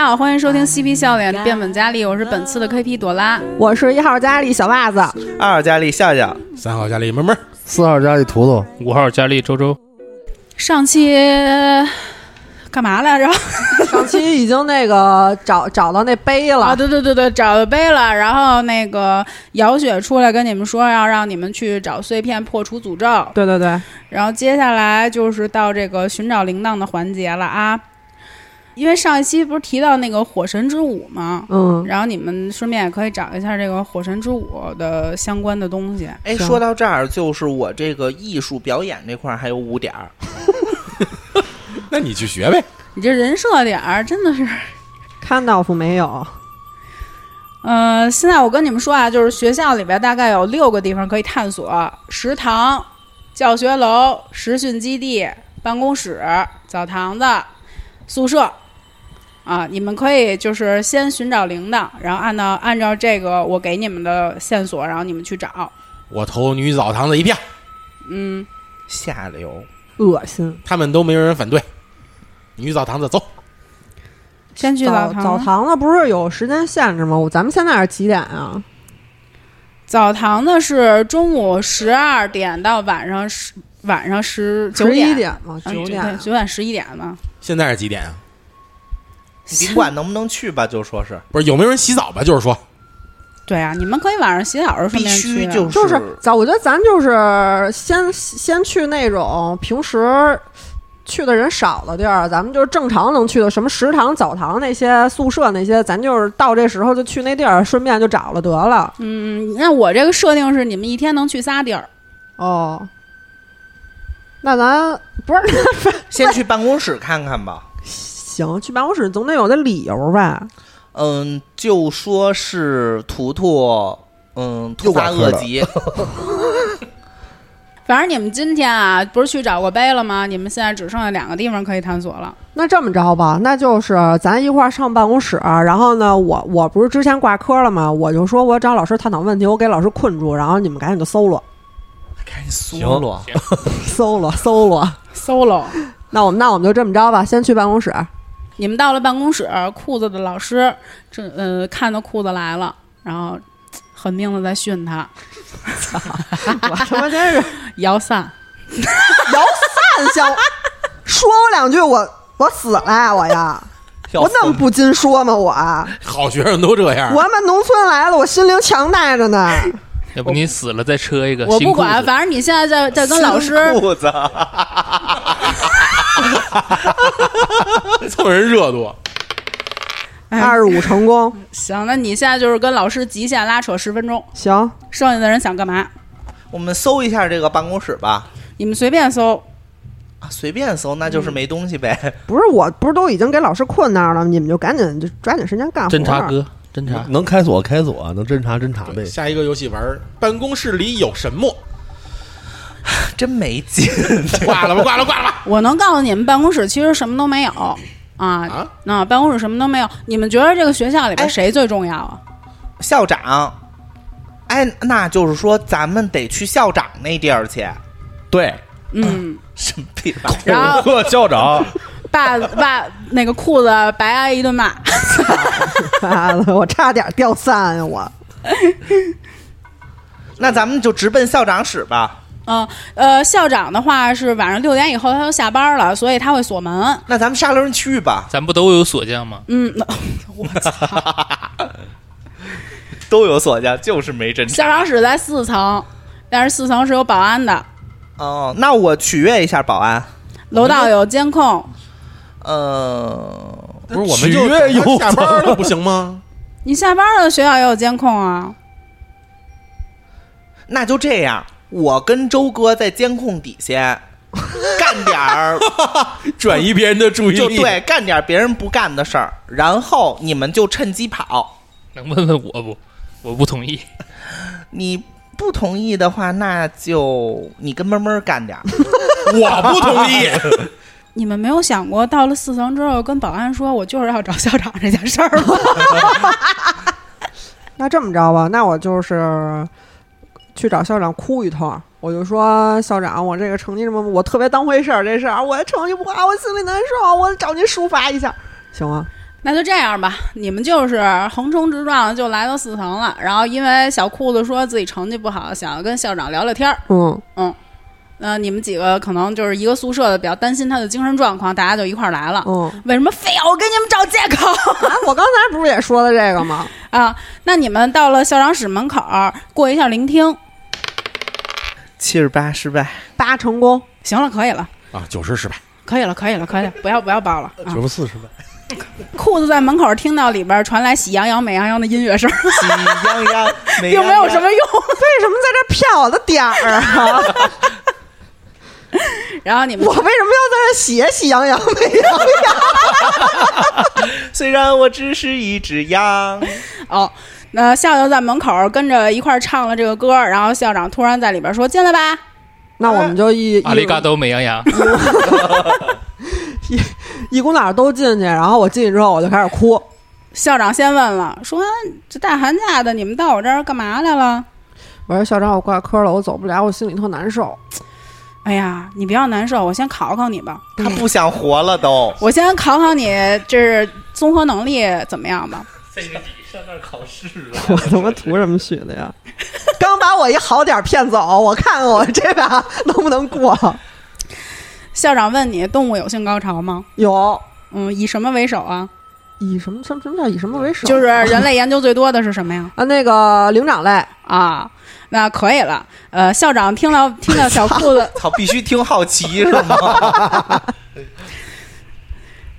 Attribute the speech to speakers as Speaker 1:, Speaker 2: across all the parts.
Speaker 1: 好，欢迎收听嬉皮笑脸变本加厉，我是本次的 KP 朵拉。
Speaker 2: 我是一号佳丽小袜子，
Speaker 3: 二佳丽笑笑，
Speaker 4: 三号佳丽闷闷，
Speaker 5: 四号家里图图，
Speaker 6: 五号佳丽周周，
Speaker 1: 上期呃干嘛来着？
Speaker 2: 上期已经那个找找到那杯
Speaker 1: 啊，
Speaker 2: 了，
Speaker 1: 对对对对，找到杯了。然后那个姚雪出来跟你们说，要让你们去找碎片破除诅咒。
Speaker 2: 对对对，
Speaker 1: 然后接下来就是到这个寻找铃铛的环节了啊。因为上一期不是提到那个火神之舞吗？
Speaker 2: 嗯，
Speaker 1: 然后你们顺便也可以找一下这个火神之舞的相关的东西。
Speaker 3: 哎，
Speaker 2: 行
Speaker 3: 说到这儿，就是我这个艺术表演这块儿还有五点儿，
Speaker 4: 那你去学呗。
Speaker 1: 你这人设点儿真的是
Speaker 2: 看到夫没有？
Speaker 1: 呃，现在我跟你们说啊，就是学校里边大概有六个地方可以探索：食堂、教学楼、实训基地、办公室、澡堂子、宿舍。啊，你们可以就是先寻找铃铛，然后按照按照这个我给你们的线索，然后你们去找。
Speaker 4: 我投女澡堂子一票，
Speaker 1: 嗯，
Speaker 3: 下 流。
Speaker 2: 恶心，
Speaker 4: 他们都没有人反对。女澡堂子走，
Speaker 1: 先去
Speaker 2: 澡
Speaker 1: 堂。
Speaker 2: 澡堂子不是有时间限制吗？我咱们现在是几点啊？
Speaker 1: 澡堂呢是中午十二点到晚上十晚上十九
Speaker 2: 十一
Speaker 1: 点
Speaker 2: 点吗？
Speaker 1: 啊
Speaker 2: 九点
Speaker 1: 对
Speaker 2: 啊？
Speaker 1: 九点十一点嘛。
Speaker 4: 现在是几点啊？
Speaker 3: 你甭管能不能去吧，就 说是
Speaker 4: 不是有没有人洗澡吧？就是说，
Speaker 1: 对啊，你们可以晚上洗澡的时候顺
Speaker 3: 必
Speaker 1: 便去
Speaker 3: 须
Speaker 1: 啊。
Speaker 3: 就
Speaker 2: 就是咱，我觉得咱就是先先去那种平时去的人少的地儿，咱们就是正常能去的，什么食堂、澡堂那些、宿舍那些，咱就是到这时候就去那地儿，顺便就找了得了。
Speaker 1: 嗯，那我这个设定是你们一天能去仨地儿，
Speaker 2: 哦，那咱不是
Speaker 3: 先去办公室看看吧。
Speaker 2: 行，去办公室总得有个理由吧？
Speaker 3: 嗯，就说是图图，嗯，突发恶疾，
Speaker 1: 反正你们今天啊，不是去找过杯了吗？你们现在只剩下两个地方可以探索了。
Speaker 2: 那这么着吧，那就是咱一块儿上办公室、然后呢，我我不是之前挂科了吗？我就说我找老师探讨问题，我给老师困住，然后你们赶紧就搜罗
Speaker 3: 赶 紧搜
Speaker 5: 行
Speaker 3: 罗。
Speaker 2: 搜罗搜罗。
Speaker 1: Solo，
Speaker 2: 那我们那我们就这么着吧，先去办公室。
Speaker 1: 你们到了办公室，裤子的老师这呃看到裤子来了，然后嘖狠命的在训他，
Speaker 2: 我他妈真是
Speaker 1: 摇散。
Speaker 2: 摇散想说我两句，我我死了呀我呀！我那么 不经说吗？我
Speaker 4: 好学生都这样。
Speaker 2: 我他妈农村来了，我心灵强大着呢。
Speaker 6: 要不你死了再车一个
Speaker 1: 我
Speaker 6: 新
Speaker 1: 不
Speaker 6: 裤
Speaker 1: 管，
Speaker 6: 子
Speaker 1: 反正你现在在在跟老师
Speaker 3: 裤子，
Speaker 4: 蹭人热
Speaker 1: 啊
Speaker 4: 度，
Speaker 2: 二十五成功，
Speaker 1: 行，那你现在就是跟老师极限拉扯十分钟，
Speaker 2: 行，
Speaker 1: 剩下的人想干嘛，
Speaker 3: 我们搜一下这个办公室吧。
Speaker 1: 你们随便搜。
Speaker 3: 啊，随便搜，那就是没东西呗。
Speaker 2: 不是我，不是都已经给老师困那儿了吗？你们就赶紧就抓紧时间干活。
Speaker 6: 侦查， 哥，侦查
Speaker 5: 能开锁开锁，能侦查侦查呗。
Speaker 4: 嗯下一个游戏玩儿办公室里有什么？
Speaker 3: 真没劲，
Speaker 4: 挂了吧，挂了，挂了吧。
Speaker 1: 我能告诉你们，办公室其实什么都没有啊
Speaker 4: 啊。
Speaker 1: 那、办公室什么都没有，你们觉得这个学校里边
Speaker 3: 哎
Speaker 1: 谁最重要啊？
Speaker 3: 校长。哎，那就是说咱们得去校长那地儿去。
Speaker 5: 对，
Speaker 1: 嗯，
Speaker 3: 什么地 方？
Speaker 1: 然后
Speaker 5: 呵，校长，
Speaker 1: 把把那个裤子白挨一顿骂。
Speaker 2: 妈的，啊我差点掉散呀！我
Speaker 3: 那咱们就直奔校长室吧。
Speaker 1: 嗯呃，校长的话是晚上六点以后他就下班了，所以他会锁门。
Speaker 3: 那咱们沙轮去吧，
Speaker 6: 咱不都有锁匠吗？
Speaker 1: 嗯， 那
Speaker 3: 都有锁匠，就是没真
Speaker 1: 校长室在四层，但是四层是有保安的，
Speaker 3: 哦，那我取悦一下保安。
Speaker 1: 楼道有监控。
Speaker 3: 呃，
Speaker 4: 不是，我们就
Speaker 5: 取悦有
Speaker 4: 下班了不行 吗？
Speaker 1: 你下班了，学校也有监控啊。
Speaker 3: 那就这样，我跟周哥在监控底 下干点儿，
Speaker 4: 转移别人的注意
Speaker 3: 就
Speaker 4: 力。
Speaker 3: 对，干点儿别人不干的事儿，然后你们就趁机跑。
Speaker 6: 能问问我不？我不同意。
Speaker 3: 你不同意的话，那就你跟闷闷干点儿。
Speaker 4: 我不同 意。
Speaker 1: 你们没有想过，到了四层之后跟保安说，我就是要找校长这件事儿吗？
Speaker 2: 那这么着吧，那我就是去找校长哭一通。我就说校长，我这个成绩什么，我特别当回事儿这事儿，我成绩不好，我心里难受，我找您抒发一下，行吗？
Speaker 1: 那就这样吧，你们就是横冲直撞就来到四层了，然后因为小裤子说自己成绩不好，想要跟校长聊聊天儿。
Speaker 2: 嗯，
Speaker 1: 那你们几个可能就是一个宿舍的，比较担心他的精神状况，大家就一块儿来了。
Speaker 2: 嗯，
Speaker 1: 为什么非要我给你们找借口？
Speaker 2: 啊，我刚才不是也说了这个吗？
Speaker 1: 啊，那你们到了校长室门口儿过一下聆听。
Speaker 3: 七十八失败，
Speaker 2: 八成 功，
Speaker 1: 行了，可以了，
Speaker 4: 啊，九十失败，
Speaker 1: 可以了，可以了，可以了，不要不要报了。啊、
Speaker 5: 九十四失败。
Speaker 1: 裤子在门口听到里边传来喜羊羊、美羊羊的音乐声，
Speaker 3: 喜洋洋，
Speaker 1: 并
Speaker 3: 美洋
Speaker 1: 没有什么用。
Speaker 3: 洋
Speaker 2: 为什么在这骗我的点儿啊？
Speaker 1: 然后你们
Speaker 2: 我为什么要在这写喜羊 羊美羊羊？
Speaker 3: 虽然我只是一只羊，
Speaker 1: 哦，那校友在门口儿跟着一块儿唱了这个歌儿，然后校长突然在里边说：“进来吧。
Speaker 2: 那我们就一
Speaker 6: 阿里嘎多美羊羊，
Speaker 2: 一 股脑儿都进去，然后我进去之后我就开始哭。”
Speaker 1: 校长先问了，说：“这大寒假的，你们到我这儿干嘛来了
Speaker 2: 我说校长，我挂科了，我走不了，我心里特难受。？”
Speaker 1: 哎呀，你不要难受，我先考考你吧。
Speaker 3: 他不想活了 都。
Speaker 1: 我先考考你，这是综合能力怎么样吧？
Speaker 6: 上那儿考试
Speaker 2: 我他妈图什么许的呀？ 刚把我一好点儿骗走，我看看我这把 能不能过。
Speaker 1: 校长问你：“动物有性高潮吗？”
Speaker 2: 有
Speaker 1: 嗯，以什么为首啊？
Speaker 2: 以什么什么什么叫以什么为首？
Speaker 1: 就是人类研究最多的是什么呀？
Speaker 2: 啊，那个灵长类，
Speaker 1: 啊，那可以了。呃，校长听到听到小裤子，
Speaker 3: 操，必须听好奇是吗？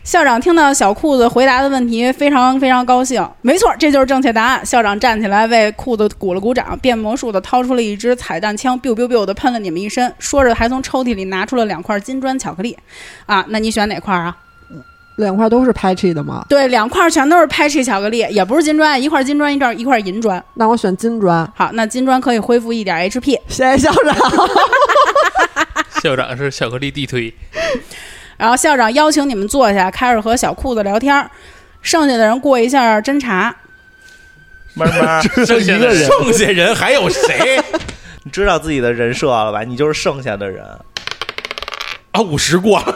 Speaker 1: 校长听到小裤子回答的问题，非常非常高兴。没错，这就是正确答案。校长站起来为裤子鼓了鼓掌，变魔术的掏出了一支彩弹枪，biu biu biu 的喷了你们一身。说着还从抽屉里拿出了两块金砖巧克力。啊，那你选哪块啊？
Speaker 2: 两块都是拍 G 的吗？
Speaker 1: 对，两块全都是 p a t 巧克力，也不是金砖，一块金砖一块一块银砖。
Speaker 2: 那我选金砖。
Speaker 1: 好，那金砖可以恢复一点 HP。
Speaker 2: 谢谢校长。
Speaker 6: 校长是巧克力地推，
Speaker 1: 然后校长邀请你们坐下，开始和小裤子聊天儿。剩下的人过一下侦查，
Speaker 3: 慢慢，
Speaker 6: 剩下的人
Speaker 4: 剩下人还有谁
Speaker 3: 你知道自己的人设了吧？你就是剩下的人。
Speaker 4: 啊？五十过了，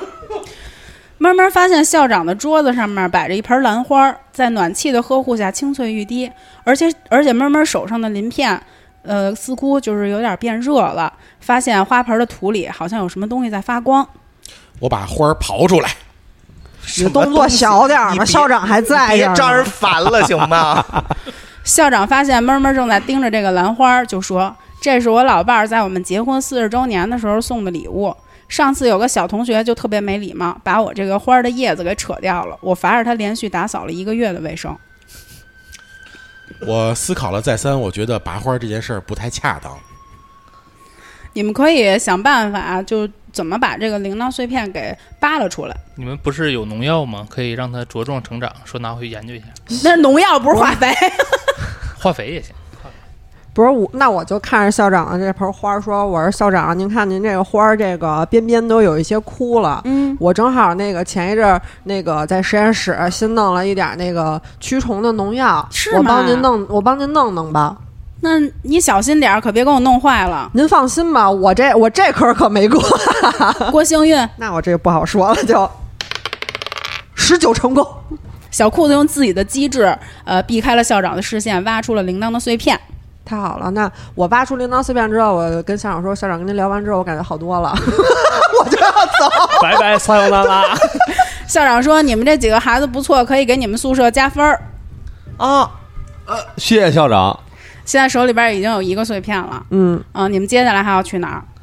Speaker 1: 慢慢发现校长的桌子上面摆着一盆兰花儿，在暖气的呵护下清脆欲滴，而且而且慢慢手上的鳞片，呃，似乎就是有点变热了。发现花盆的土里好像有什么东西在发光。
Speaker 4: 我把花儿刨出来，
Speaker 2: 你动作小点儿
Speaker 3: 你
Speaker 2: 吧，
Speaker 3: 别
Speaker 2: 校长还在这
Speaker 3: 别
Speaker 2: 儿
Speaker 3: 招人
Speaker 2: 呢。
Speaker 3: 烦了行吗？
Speaker 1: 校长发现闷闷正在盯着这个兰花儿，就说：“这是我老伴儿在我们结婚四十周年的时候送的礼物。上次有个小同学就特别没礼貌，把我这个花儿的叶子给扯掉了，我罚着他连续打扫了一个月的卫生。
Speaker 4: 我思考了再三，我觉得拔花这件事儿不太恰当。
Speaker 1: 你们可以想办法，就怎么把这个铃铛碎片给扒拉出来。
Speaker 6: 你们不是有农药吗？可以让它茁壮成长，说拿回去研究一下，
Speaker 1: 那是农药，不是化肥。
Speaker 6: 化肥也行。
Speaker 2: 不是我，那我就看着校长的这盆花儿说：“我说校长，您看您这个花儿，这个边边都有一些枯了。
Speaker 1: 嗯，
Speaker 2: 我正好那个前一阵儿那个在实验室新弄了一点儿那个驱虫的农药，
Speaker 1: 是
Speaker 2: 我
Speaker 1: 吗
Speaker 2: 帮您弄，我帮您弄弄吧。
Speaker 1: 那你小心点儿，可别给我弄坏 了。
Speaker 2: 您放心吧，我这我这科可没过，
Speaker 1: 郭幸运，
Speaker 2: 那我这不好说了就。十九成功，
Speaker 1: 小裤子用自己的机智，呃，避开了校长的视线，挖出了铃铛的碎片。
Speaker 2: 太好了。那我挖出铃铛碎片之后，我跟校长说，校长跟您聊完之后，我感觉好多了，我就要走。
Speaker 7: 拜拜，撒由那拉。
Speaker 1: 校长说：“你们这几个孩子不错，可以给你们宿舍加分儿。哦
Speaker 3: 啊，
Speaker 5: 谢谢校长。
Speaker 1: 现在手里边已经有一个碎片了。
Speaker 2: 嗯，
Speaker 1: 嗯、你们接下来还要去哪儿？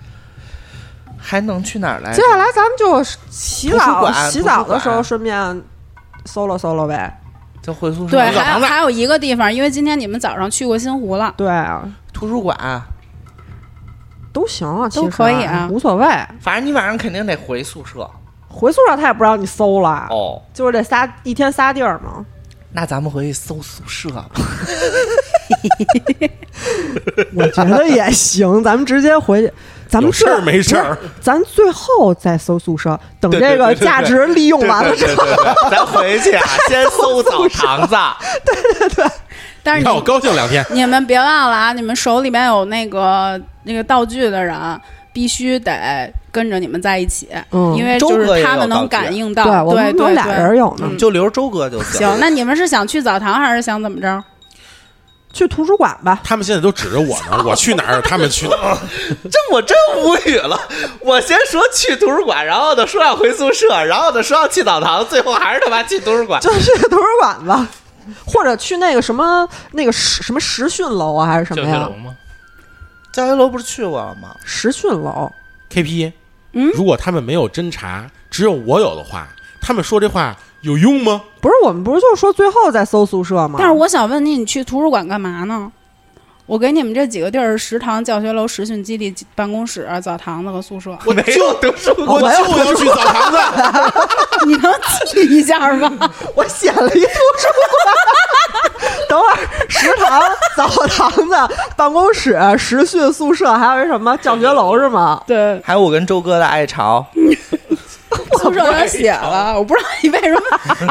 Speaker 3: 还能去哪儿来着
Speaker 2: 接？下来咱们就洗
Speaker 3: 图书
Speaker 2: 澡，
Speaker 3: 馆
Speaker 2: 洗澡的
Speaker 3: 图书馆
Speaker 2: 时候顺便搜了搜了呗。
Speaker 3: 就回宿舍。
Speaker 1: 对，
Speaker 4: 澡
Speaker 1: 还
Speaker 4: 堂子
Speaker 1: 还有一个地方，因为今天你们早上去过新湖了。
Speaker 2: 对啊，
Speaker 3: 图书馆，
Speaker 2: 都行啊，其实
Speaker 1: 都可以啊
Speaker 2: 无所谓。
Speaker 3: 反正你晚上肯定得回宿舍。
Speaker 2: 回宿舍他也不让你搜了，
Speaker 3: 哦，
Speaker 2: 就是这仨一天仨地儿嘛。
Speaker 3: 那咱们回去搜宿舍吧。
Speaker 2: 我觉得也 行，咱们直接回去。咱们
Speaker 4: 有事儿
Speaker 2: 这
Speaker 4: 没事儿
Speaker 2: 不是咱最后再搜宿舍，等这个价值利用完了之后，
Speaker 3: 对对 对咱回去啊，先搜澡堂 子。
Speaker 1: 但是
Speaker 4: 你
Speaker 1: 你
Speaker 4: 看我高兴两 天，
Speaker 1: 你们别忘了啊，你们手里面有那个那个道具的人，必须得跟着你们在一起，
Speaker 2: 嗯，
Speaker 1: 因为就
Speaker 3: 周哥
Speaker 1: 是
Speaker 3: 也
Speaker 1: 他
Speaker 3: 有
Speaker 1: 们能
Speaker 3: 道具啊
Speaker 1: 感应到。
Speaker 2: 对我
Speaker 1: 对
Speaker 2: 们有
Speaker 1: 对
Speaker 2: 俩
Speaker 1: 对嗯
Speaker 2: 人有呢，
Speaker 3: 嗯就留着周哥就
Speaker 1: 行，那你们是想去澡堂还是想怎么着？
Speaker 3: 嗯
Speaker 2: 去图书馆吧。
Speaker 4: 他们现在都指着我呢，我去哪儿，他们去哪儿。
Speaker 3: 这我真无语了。我先说去图书馆，然后呢说要回宿舍，然后呢说要去澡堂，最后还是他妈去图书馆。
Speaker 2: 就去图书馆吧，或者去那个什么那个实什么实训楼啊，还是什
Speaker 6: 教
Speaker 2: 么
Speaker 6: 学
Speaker 2: 呀
Speaker 6: 楼？吗？
Speaker 3: 教学楼不是去过了吗？
Speaker 2: 实训楼，
Speaker 4: KP，
Speaker 1: 嗯
Speaker 4: 如果他们没有侦查，只有我有的话，他们说这话有用吗？
Speaker 2: 不是我们不是就说最后再搜宿舍吗？
Speaker 1: 但是我想问你，你去图书馆干嘛呢？我给你们这几个地儿：食堂、教学楼、实训基地、办公室、澡堂子和宿 舍。
Speaker 3: 我没有读书
Speaker 2: 哦
Speaker 4: 我就
Speaker 2: 没有
Speaker 4: 要去澡堂子，
Speaker 1: 你能记一下 吗？
Speaker 2: 我写了一图书馆。等会儿，食堂、澡堂子、办公室、实训宿舍，还有一什么教学楼是吗？
Speaker 1: 对，
Speaker 3: 还有我跟周哥的爱巢，
Speaker 1: 宿舍我写了，我不知道你为什么，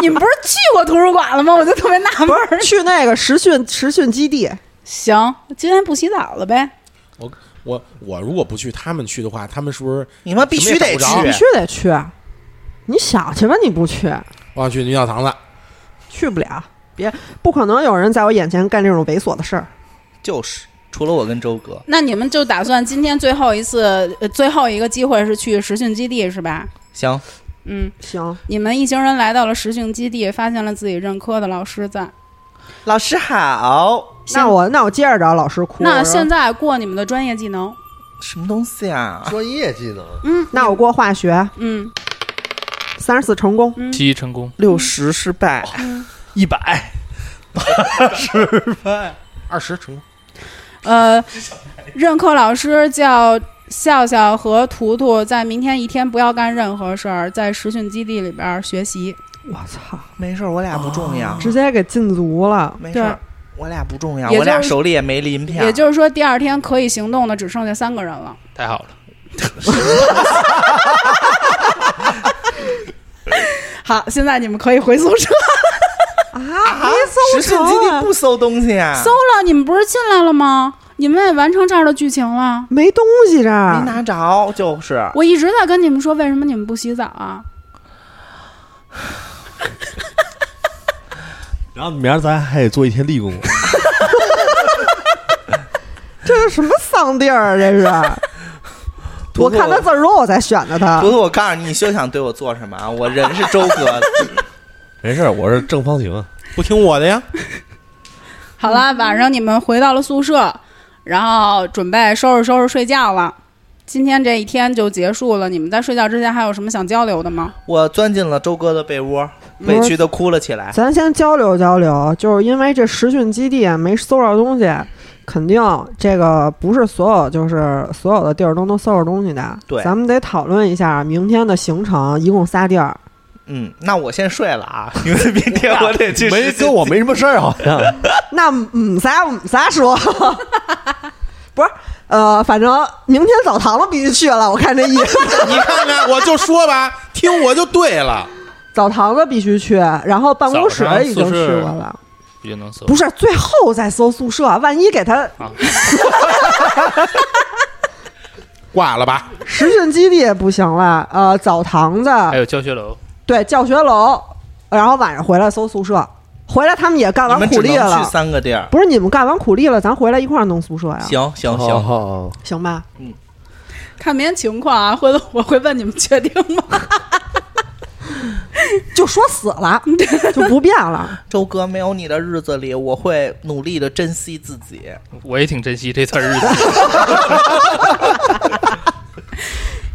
Speaker 1: 你们不是去过图书馆了吗？我就特别纳闷儿。
Speaker 2: 去那个实训实训基地，
Speaker 1: 行，今天不洗澡了呗？
Speaker 4: 我我我如果不去，他们去的话，他们是不是
Speaker 3: 你们必须得去
Speaker 4: 什么
Speaker 2: 必须得去。你想去吧，你不去，
Speaker 4: 我要去女澡堂子？
Speaker 2: 去不了。别，不可能有人在我眼前干这种猥琐的事儿。
Speaker 3: 就是除了我跟周哥，
Speaker 1: 那你们就打算今天最后一次、呃最后一个机会是去实训基地是吧？
Speaker 3: 行，
Speaker 1: 嗯，
Speaker 2: 行，
Speaker 1: 你们一行人来到了实训基地，发现了自己任科的老师在。
Speaker 3: 老师好，
Speaker 2: 那我那我接着找老师哭。
Speaker 1: 那
Speaker 2: 我说
Speaker 1: 现在过你们的专业技能，
Speaker 3: 什么东西啊呀？
Speaker 5: 专业技能，
Speaker 1: 嗯
Speaker 2: 那我过化学
Speaker 1: 嗯，
Speaker 2: 三十四成功，
Speaker 6: 七一成功，
Speaker 3: 六十失败，
Speaker 5: 一百，
Speaker 4: 二十成功，
Speaker 1: 呃，任课老师叫笑笑和图图在明天一天不要干任何事儿，在实训基地里边儿学习。
Speaker 2: 我操，
Speaker 3: 没事儿，我俩不重要，
Speaker 2: 直接给禁足了。
Speaker 3: 没事
Speaker 1: 对
Speaker 3: 儿，我俩不重要，
Speaker 1: 也就
Speaker 3: 我俩
Speaker 1: 是
Speaker 3: 手里也没银票，
Speaker 1: 也就是说，第二天可以行动的只剩下三个人了。
Speaker 6: 太好了，
Speaker 1: 好，现在你们可以回宿舍
Speaker 3: 啊
Speaker 2: 没，搜
Speaker 3: 实训基
Speaker 2: 成
Speaker 3: 地
Speaker 2: 啊
Speaker 3: 不搜东西啊
Speaker 1: 搜，了。 你们不是进来了吗？你们也完成这儿的剧情了。
Speaker 2: 没东西这
Speaker 3: 没
Speaker 2: 儿，
Speaker 3: 拿着就是。
Speaker 1: 我一直在跟你们说，为什么你们不洗澡啊？
Speaker 5: 然后明儿咱还得做一天立功，
Speaker 2: 这是什么丧地儿啊？这是。
Speaker 3: 图图
Speaker 2: 我看他字儿弱，我才选的他
Speaker 3: 图。图，我告诉你，你休想对我做什么啊！我人是周哥 的，
Speaker 5: 没事儿，我是正方形，
Speaker 4: 不听我的呀？
Speaker 1: 好啦，晚上你们回到了宿舍，然后准备收拾收拾睡觉了。今天这一天就结束了。你们在睡觉之前还有什么想交流的吗？
Speaker 3: 我钻进了周哥的被窝，委屈的哭了起来。
Speaker 2: 咱先交流交流，就是因为这实训基地啊没搜着东西，肯定这个不是所有就是所有的地儿都能搜着东西的。
Speaker 3: 对
Speaker 2: 咱们得讨论一下明天的行程，一共仨地儿。
Speaker 3: 嗯，那我先睡了啊， 因为明天我得去。
Speaker 5: 没跟我没什么事儿，好像
Speaker 2: 那嗯仨嗯仨说， 不是呃，反正明天澡堂子必须去了，我看这意思，
Speaker 4: 你看看，我就说吧，听我就对了。
Speaker 2: 澡堂子必须去，然后办公室
Speaker 6: 早上
Speaker 2: 已经
Speaker 6: 宿
Speaker 2: 去
Speaker 6: 舍
Speaker 2: 过了，
Speaker 6: 也能搜
Speaker 2: 不是最后再搜宿舍，万一给他
Speaker 6: 啊。
Speaker 4: 挂了吧，
Speaker 2: 实训基地也不行 了，呃，澡堂子
Speaker 6: 还有教学楼，
Speaker 2: 对教学楼，然后晚上回来搜宿舍，回来他们也干
Speaker 3: 你
Speaker 2: 完
Speaker 3: 们只
Speaker 2: 苦力
Speaker 3: 能去
Speaker 2: 了，
Speaker 3: 三个地儿。
Speaker 2: 不是你们干完苦力了，咱回来一块儿弄宿舍呀，
Speaker 3: 行行行，
Speaker 5: 好好好
Speaker 2: 行吧？
Speaker 1: 看明天情况啊，回头我会问你们确定吗？
Speaker 2: 就说死 了，就不变了，
Speaker 3: 周哥没有你的日子里，我会努力的珍惜自己。
Speaker 6: 我也挺珍惜这段日 子。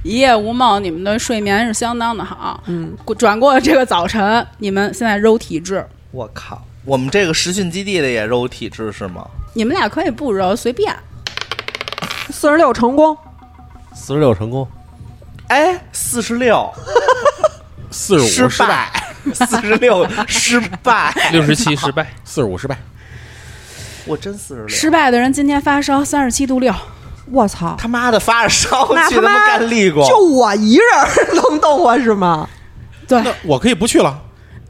Speaker 1: 一夜无梦，你们的睡眠是相当的好。
Speaker 2: 嗯，
Speaker 1: 转过这个早晨，你们现在揉体质，
Speaker 3: 我靠，我们这个实训基地的也肉体质是吗？
Speaker 1: 你们俩可以不揉，随便。
Speaker 2: 四十六成功。
Speaker 5: 四十六成功，
Speaker 3: 哎，四十六
Speaker 4: 四十
Speaker 3: 失
Speaker 4: 五失败，
Speaker 3: 败， 四十六失败，
Speaker 6: 六十七失败，
Speaker 4: 四十五失败，
Speaker 3: 我真四十六。
Speaker 1: 失败的人今天发烧三十七度六，
Speaker 2: 我操！
Speaker 3: 他妈的发着烧
Speaker 2: 那
Speaker 3: 去
Speaker 2: 他
Speaker 3: 他妈
Speaker 2: 妈
Speaker 3: 干力工，
Speaker 2: 就我一人儿 能动我是 吗？
Speaker 1: 对
Speaker 4: 那我可以不去了。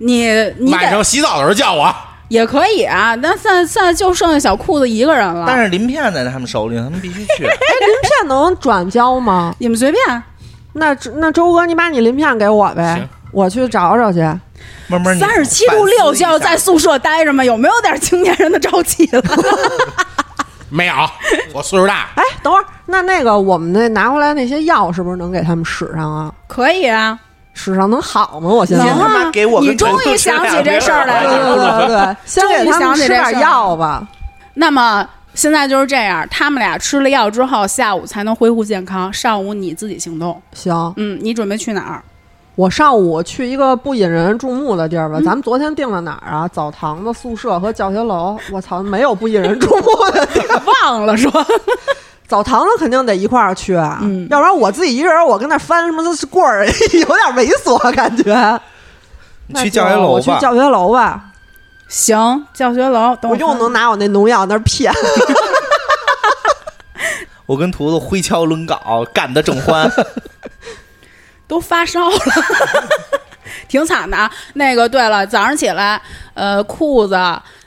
Speaker 1: 你你
Speaker 4: 晚
Speaker 1: 得
Speaker 4: 上洗澡的时候叫我，
Speaker 1: 也可以啊，但现在现在就剩下小裤子一个人了，
Speaker 3: 但是鳞片在他们手里，他们必须
Speaker 2: 哎，
Speaker 3: 去。
Speaker 2: 鳞片能转交吗？
Speaker 1: 你们随便。啊
Speaker 2: 那那周哥，你把你鳞片给我呗
Speaker 6: 行，
Speaker 2: 我去找找去。哎
Speaker 6: 慢慢你
Speaker 1: 三十七度六就要在宿舍待着吗？有没有点青年人的朝气了？
Speaker 4: 没有，我岁数大，
Speaker 2: 哎，等会儿，那那个我们那拿回来那些药是不是能给他们使上啊？
Speaker 1: 可以啊，
Speaker 2: 使上能好吗？我现在
Speaker 1: 能
Speaker 3: 他
Speaker 1: 啊
Speaker 3: 妈给我
Speaker 1: 你
Speaker 3: 跟陈
Speaker 1: 终于
Speaker 3: 思吃
Speaker 1: 想
Speaker 3: 俩
Speaker 1: 起这
Speaker 3: 别
Speaker 1: 事儿
Speaker 3: 的
Speaker 1: 来
Speaker 2: 对
Speaker 1: 了
Speaker 3: 玩
Speaker 2: 对对
Speaker 3: 意
Speaker 2: 对对，先给他们吃点药吧。
Speaker 1: 那么现在就是这样，他们俩吃了药之后，下午才能恢复健康，上午你自己行动。
Speaker 2: 行，
Speaker 1: 嗯，你准备去哪儿？
Speaker 2: 我上午去一个不引人注目的地儿吧。
Speaker 1: 嗯
Speaker 2: 咱们昨天定的哪儿啊？澡堂子、宿舍和教学楼。我操，没有不引人注目的地儿。
Speaker 1: 忘了说，
Speaker 2: 澡堂子肯定得一块儿去啊，
Speaker 1: 嗯
Speaker 2: 要不然我自己一个人，我跟那翻什么棍儿，有 点猥琐感觉。
Speaker 3: 你去教学楼吧
Speaker 2: 那行我去教学楼吧，
Speaker 1: 行，教学楼，等
Speaker 2: 我
Speaker 1: 我
Speaker 2: 又
Speaker 1: 看
Speaker 2: 能拿我那农药那儿骗。
Speaker 3: 我跟图子挥锹抡镐，干得正欢。
Speaker 1: 都发烧了， 挺惨的啊。那个，对了，早上起来，呃，裤子，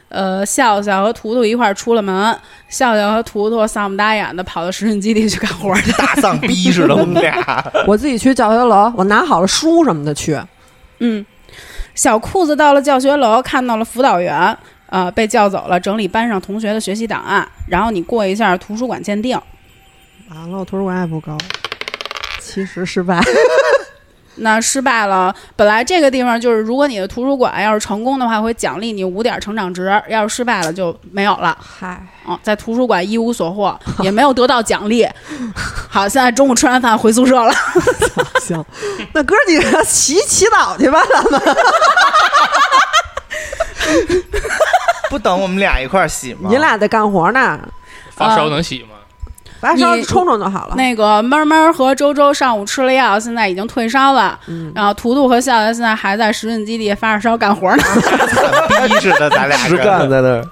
Speaker 1: 呃，笑笑和图图一块儿出了门，笑笑和图图丧不打眼的跑到实训基地去干活 去。
Speaker 3: 大丧逼似的，我们俩。
Speaker 2: 我自己去教学楼，我拿好了书什么的去。
Speaker 1: 嗯，小裤子到了教学楼，看到了辅导员，呃，被叫走了，整理班上同学的学习档案，然后你过一下图书馆鉴定。
Speaker 2: 完了，我图书馆也不高，其实失败。
Speaker 1: 那失败了。本来这个地方就是，如果你的图书馆要是成功的话，会奖励你五点成长值；要是失败了就没有了。
Speaker 2: 嗨，
Speaker 1: 嗯，在图书馆一无所获，也没有得到奖励。 好，现在中午吃完饭回宿舍了。
Speaker 2: 行， 那哥几个祈祈祷去吧，
Speaker 3: 啊
Speaker 2: 咱们
Speaker 3: 不等我们俩一块儿洗吗？
Speaker 2: 你俩得干活呢，
Speaker 6: 发烧能洗吗？
Speaker 2: 啊把烧
Speaker 1: 你
Speaker 2: 冲冲就好了。
Speaker 1: 那个闷闷和周周上午吃了药，现在已经退烧了。
Speaker 2: 嗯，
Speaker 1: 然后图图和笑笑现在还在实训基地发着烧干活 呢。
Speaker 3: 逼似的，咱俩
Speaker 5: 实干在那儿，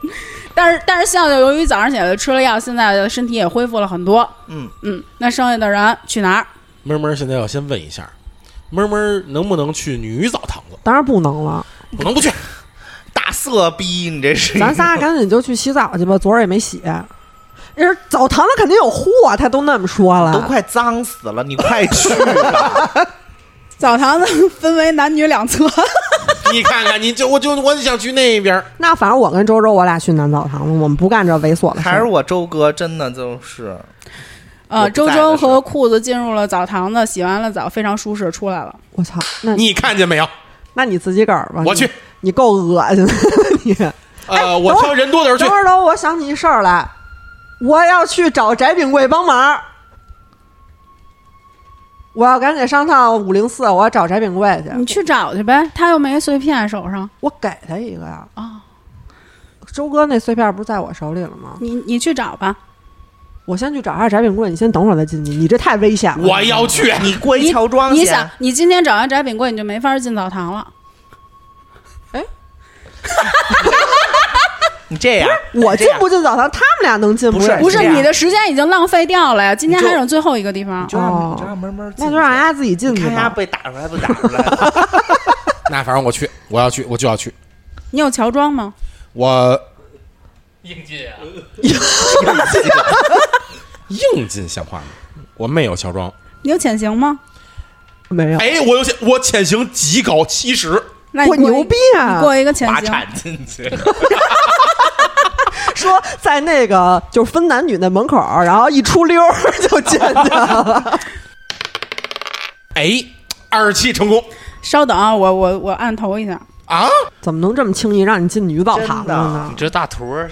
Speaker 1: 但是但是笑笑由于早上起来吃了药，现在的身体也恢复了很多。
Speaker 3: 嗯
Speaker 1: 嗯，那剩下的人去哪儿？
Speaker 4: 闷闷现在要先问一下，闷闷能不能去女澡堂子？
Speaker 2: 当然不能了，
Speaker 4: 不能 不去，
Speaker 3: 大色逼，你这是。
Speaker 2: 咱仨赶紧就去洗澡去吧，昨儿也没洗。人家澡堂子肯定有货，他都那么说
Speaker 3: 都
Speaker 2: 了。
Speaker 3: 快脏死了，你快 去吧！
Speaker 1: 澡堂子 分为男女两侧。
Speaker 4: 你看看，你就我就我想去那边儿，
Speaker 2: 那反正我跟周周，我俩去男澡堂子，我们不干这猥琐的事
Speaker 3: 还是
Speaker 2: 儿。
Speaker 3: 我周哥，真 的就是
Speaker 1: 呃，
Speaker 3: 我不
Speaker 1: 周
Speaker 3: 在
Speaker 1: 周
Speaker 3: 的时
Speaker 1: 和
Speaker 3: 候
Speaker 1: 裤子进入了澡堂子，洗完了澡，非常舒适，出来了。
Speaker 2: 我操，那
Speaker 4: 你看见没有？
Speaker 2: 那你自己个儿吧。
Speaker 4: 我
Speaker 2: 你
Speaker 4: 去，，
Speaker 2: 你够恶心的。你等
Speaker 4: 呃，我挑人多的时
Speaker 2: 会
Speaker 4: 候去。
Speaker 2: 儿哎等会儿，我想起一事儿来，我要去找翟炳贵帮忙。我要赶紧上趟五零四，我要找翟炳贵去。
Speaker 1: 你去找去呗，他又没碎片手上。
Speaker 2: 我给他一个呀。
Speaker 1: 啊
Speaker 2: 周哥那碎片不是在我手里了吗？
Speaker 1: 你你去找吧，
Speaker 2: 我先去找一下翟炳贵，你先等会儿再进去。你这太危险了。
Speaker 4: 我要去，
Speaker 3: 你过一乔装
Speaker 1: 你
Speaker 3: 去，
Speaker 1: 想，你今天找完翟炳贵，你就没法进澡堂了。
Speaker 3: 你这样，
Speaker 2: 我进
Speaker 3: 这样
Speaker 2: 不进澡堂，他们俩能进
Speaker 3: 不
Speaker 2: 是？
Speaker 3: 哎
Speaker 2: 哦
Speaker 3: 是
Speaker 1: 不
Speaker 3: 这
Speaker 1: 是
Speaker 3: 样
Speaker 1: 你的时间已经浪费掉了呀，今天
Speaker 3: 你
Speaker 1: 还
Speaker 3: 就
Speaker 1: 剩最后一个地方
Speaker 3: 你。就让
Speaker 2: 哦
Speaker 3: 你就让门门进去，
Speaker 2: 那就让人家自己进去
Speaker 3: 看人家
Speaker 2: 吧。
Speaker 3: 被打出来不打出来。
Speaker 4: 那反正我去，我要去，我就要去。
Speaker 1: 你有乔装吗？
Speaker 4: 我
Speaker 6: 应届啊，
Speaker 4: 硬进像话吗？我没有乔装。
Speaker 1: 你有潜行吗？
Speaker 2: 没有，
Speaker 4: 哎，我有潜，我潜行极高，七十。
Speaker 1: 那你
Speaker 2: 我
Speaker 1: 过一
Speaker 2: 牛逼
Speaker 1: 你
Speaker 2: 啊！
Speaker 1: 过一个潜
Speaker 3: 滑
Speaker 1: 行，
Speaker 3: 铲进 去，
Speaker 2: 说在那个就是分男女那门口，然后一出溜儿就进去了。
Speaker 4: 哎，二十七成功
Speaker 1: 稍等啊，我我我按头一下。
Speaker 4: 啊！
Speaker 2: 怎么能这么轻易让你进女澡堂子
Speaker 3: 真
Speaker 2: 呢
Speaker 3: 的？
Speaker 6: 你这大图儿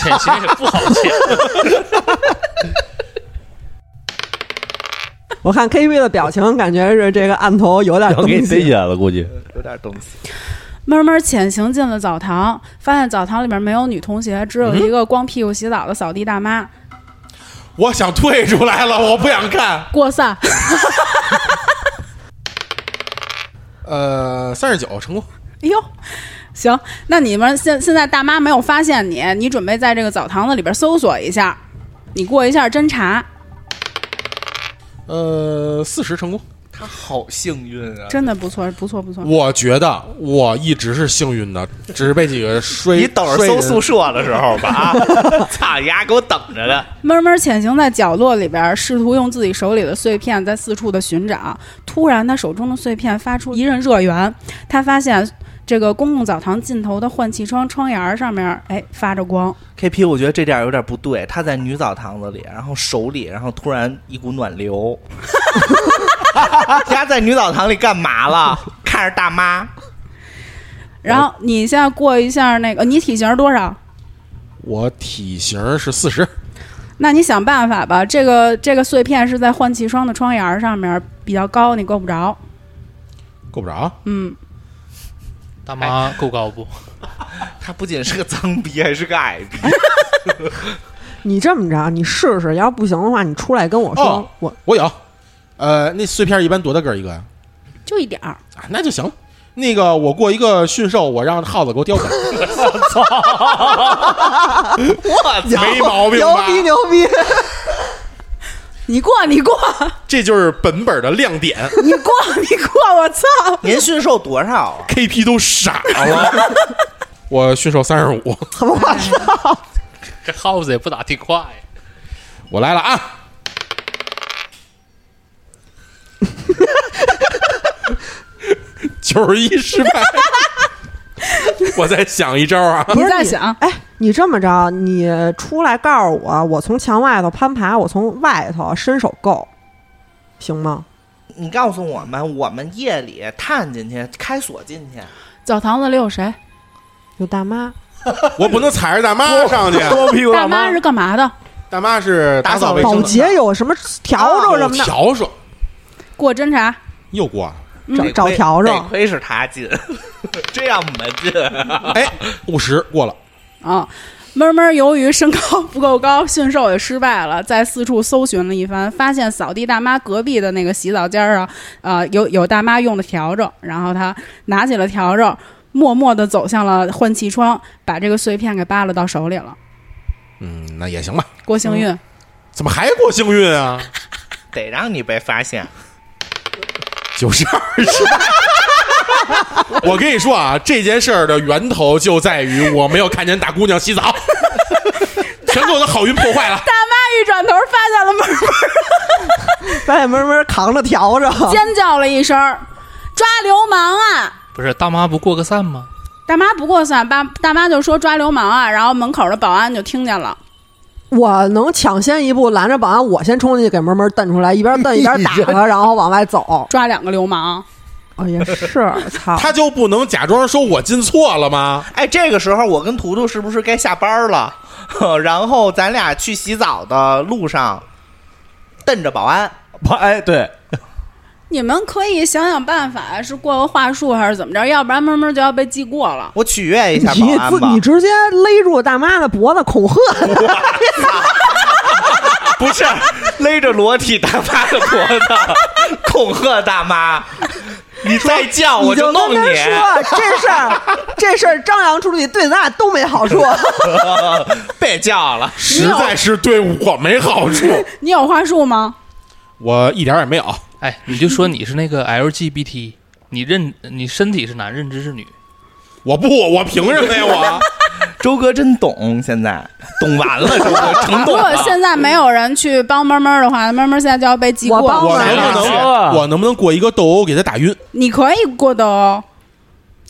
Speaker 6: 潜行也不好潜。
Speaker 2: 我看 K V 的表情，感觉是这个案头有点
Speaker 5: 然后
Speaker 2: 东
Speaker 5: 给你逮
Speaker 2: 西
Speaker 5: 起。来了，估计
Speaker 3: 有点东西。
Speaker 1: 慢慢潜行进了澡堂，发现澡堂里面没有女同学，只
Speaker 3: 嗯
Speaker 1: 有一个光屁股洗澡的扫地大妈。
Speaker 4: 我想退出来了，我不想看。
Speaker 1: 过散，
Speaker 4: 呃，三十九成功。
Speaker 1: 哎呦，行，那你们现现在大妈没有发现你，你准备在这个澡堂子里边搜索一下，你过一下侦查。
Speaker 4: 呃，四十成功。
Speaker 3: 他好幸运啊！
Speaker 1: 真的不错，不错，不错。
Speaker 4: 我觉得我一直是幸运的，只是被几个衰。
Speaker 3: 你等着
Speaker 4: 衰
Speaker 3: 搜
Speaker 4: 人
Speaker 3: 宿舍的时候吧啊！操你丫给我等着呢！
Speaker 1: 闷闷潜行在角落里边，试图用自己手里的碎片在四处的寻找。突然，他手中的碎片发出一阵热源，他发现这个公共澡堂尽头的换气窗窗沿儿上面，哎，发着光。
Speaker 3: KP，我觉得这点有点不对。他在女澡堂子里，然后手里，然后突然一股暖流。 他在女澡堂里干嘛了？看着大妈，
Speaker 1: 然后你现在过一下那个，你体型多少？
Speaker 4: 我体型是四十，
Speaker 1: 那你想办法吧。这个这个碎片是在换气窗的窗沿儿上面，比较高，你够不着。
Speaker 4: 够不着。啊
Speaker 1: 嗯，
Speaker 6: 大妈够高不？
Speaker 3: 他不仅是个脏逼，还是个矮逼。
Speaker 2: 你这么着，你试试，要不行的话，你出来跟我说，
Speaker 4: 哦
Speaker 2: 我
Speaker 4: 我有，呃，那碎片一般多大个儿一个呀？
Speaker 1: 就一点儿。
Speaker 4: 啊，那就行了。那个，我过一个驯兽，我让耗子给我叼走。
Speaker 3: 我操！
Speaker 4: 没毛病
Speaker 2: 牛
Speaker 4: 吧？
Speaker 2: 逼牛逼，
Speaker 1: 你过，你过，
Speaker 4: 这就是本本的亮点
Speaker 1: 你过，你过！我操！
Speaker 3: 您驯兽多少啊？
Speaker 4: ，KP 都傻了。我驯兽三十五，
Speaker 6: 这耗子也不咋地快呀。
Speaker 4: 我来了啊！ 九十一失败， 我再想一招啊！
Speaker 2: 不是
Speaker 1: 再想
Speaker 2: 哎，你这么着，你出来告诉我，我从墙外头攀爬，我从外头伸手够，行吗？
Speaker 3: 你告诉我们，我们夜里探进去，开锁进去，
Speaker 1: 澡堂子里有谁？
Speaker 2: 有大妈，
Speaker 4: 我不能踩着大妈上去，啊
Speaker 5: 多哎屁股
Speaker 1: 大妈是干嘛的？
Speaker 4: 大妈是
Speaker 3: 打扫
Speaker 4: 扫卫
Speaker 3: 卫
Speaker 2: 保
Speaker 4: 生的，
Speaker 2: 洁有什么笤帚什么
Speaker 3: 哦
Speaker 4: 有
Speaker 2: 的，
Speaker 4: 笤帚
Speaker 1: 过侦查。
Speaker 4: 又过
Speaker 2: 嗯找
Speaker 3: 得亏
Speaker 2: 找笤
Speaker 3: 得
Speaker 2: 帚。
Speaker 3: 亏是他进， 这让我们进。
Speaker 4: 五十过了，
Speaker 1: 啊。闷闷由于身高不够高，驯兽也失败了，在四处搜寻了一番，发现扫地大妈隔壁的那个洗澡间儿啊，呃，有有大妈用的笤帚，然后他拿起了笤帚，默默地走向了换气窗，把这个碎片给扒拉到手里了。
Speaker 4: 嗯，那也行吧。
Speaker 1: 郭幸运，
Speaker 4: 怎么还过幸运啊？
Speaker 3: 得让你被发现。
Speaker 4: 九十二失 败。我跟你说啊，这件事儿的源头就在于我没有看见大姑娘洗澡，全给我的好运破坏了。
Speaker 1: 大妈一转头发现了闷闷，
Speaker 2: 白白闷闷扛着笤帚，
Speaker 1: 尖叫了一声儿：“抓流氓啊！”
Speaker 6: 不是大妈不过个散吗？
Speaker 1: 大妈不过算，大大妈就说抓流氓啊，然后门口的保安就听见了。
Speaker 2: 我能抢先一步拦着保安，我先冲进去给闷闷蹬出来，一边 蹬一边打
Speaker 5: 你
Speaker 2: 他，然后往外走。
Speaker 1: 抓两个流氓，
Speaker 2: 哦，也是，操！
Speaker 4: 他就不能假装说我进错了吗？
Speaker 3: 哎，这个时候我跟图图是不是该下班了？ 呵然后咱俩去洗澡的路上，瞪着保安。
Speaker 5: 哎，对，
Speaker 1: 你们可以想想办法，是过个话术还是怎么着？要不然慢慢就要被记过了。
Speaker 3: 我取悦 一
Speaker 2: 你
Speaker 3: 下保安
Speaker 2: 自
Speaker 3: 吧
Speaker 2: 你。直接勒住大妈的脖子恐吓她，
Speaker 3: 不是勒着裸体大妈的脖子，恐吓大妈。你再叫我
Speaker 2: 你就
Speaker 3: 弄
Speaker 2: 跟
Speaker 3: 你
Speaker 2: 他。说这事 儿，这事儿张扬出去对咱俩都没好处。
Speaker 3: 别叫了，
Speaker 4: 实在是对我没好 处，
Speaker 1: 你有话术吗？
Speaker 4: 我一点儿也没有。
Speaker 6: 哎，你就说你是那个 LGBT，你 认你身体是男，认知是女，
Speaker 4: 我不，我凭什么呀？我
Speaker 3: 周哥真懂，现在懂完了，周哥成
Speaker 1: 如
Speaker 3: 懂
Speaker 1: 果
Speaker 3: 了。
Speaker 1: 现在没有人去帮闷闷的
Speaker 3: 嗯
Speaker 1: 话，闷闷现在就要被记过
Speaker 2: 我
Speaker 3: 哦
Speaker 2: 帮
Speaker 1: 了。
Speaker 4: 我
Speaker 2: 来
Speaker 4: 能
Speaker 2: 了
Speaker 4: 不能我能不能过一个斗殴给他打晕？
Speaker 1: 你可以过的哦。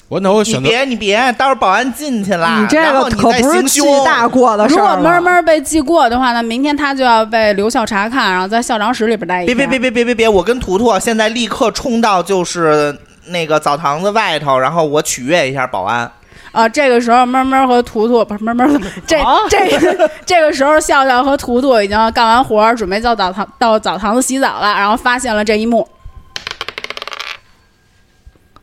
Speaker 4: 我那我
Speaker 3: 你
Speaker 4: 选择
Speaker 3: 别你别，到时候保安进去 了，
Speaker 2: 你这
Speaker 3: 然
Speaker 2: 个
Speaker 3: 后你
Speaker 2: 可
Speaker 3: 再
Speaker 2: 不是
Speaker 3: 行
Speaker 2: 记
Speaker 3: 凶。
Speaker 2: 大过的
Speaker 1: 如
Speaker 2: 事
Speaker 1: 果
Speaker 2: 儿
Speaker 1: 闷
Speaker 2: 了。
Speaker 1: 闷被记过的话，那明天他就要被留校察看，然后在校长室里边待一
Speaker 3: 别
Speaker 1: 天。
Speaker 3: 别别别别别别！我跟图图现在立刻冲到就是那个澡堂子外头，然后我取悦一下保安。
Speaker 1: 啊，这个时候闷闷和图图不是闷闷， 这
Speaker 3: 哦
Speaker 1: 这这个时候笑笑和图图已经干完活儿，准备到澡堂到澡堂子洗澡了，然后发现了这一幕。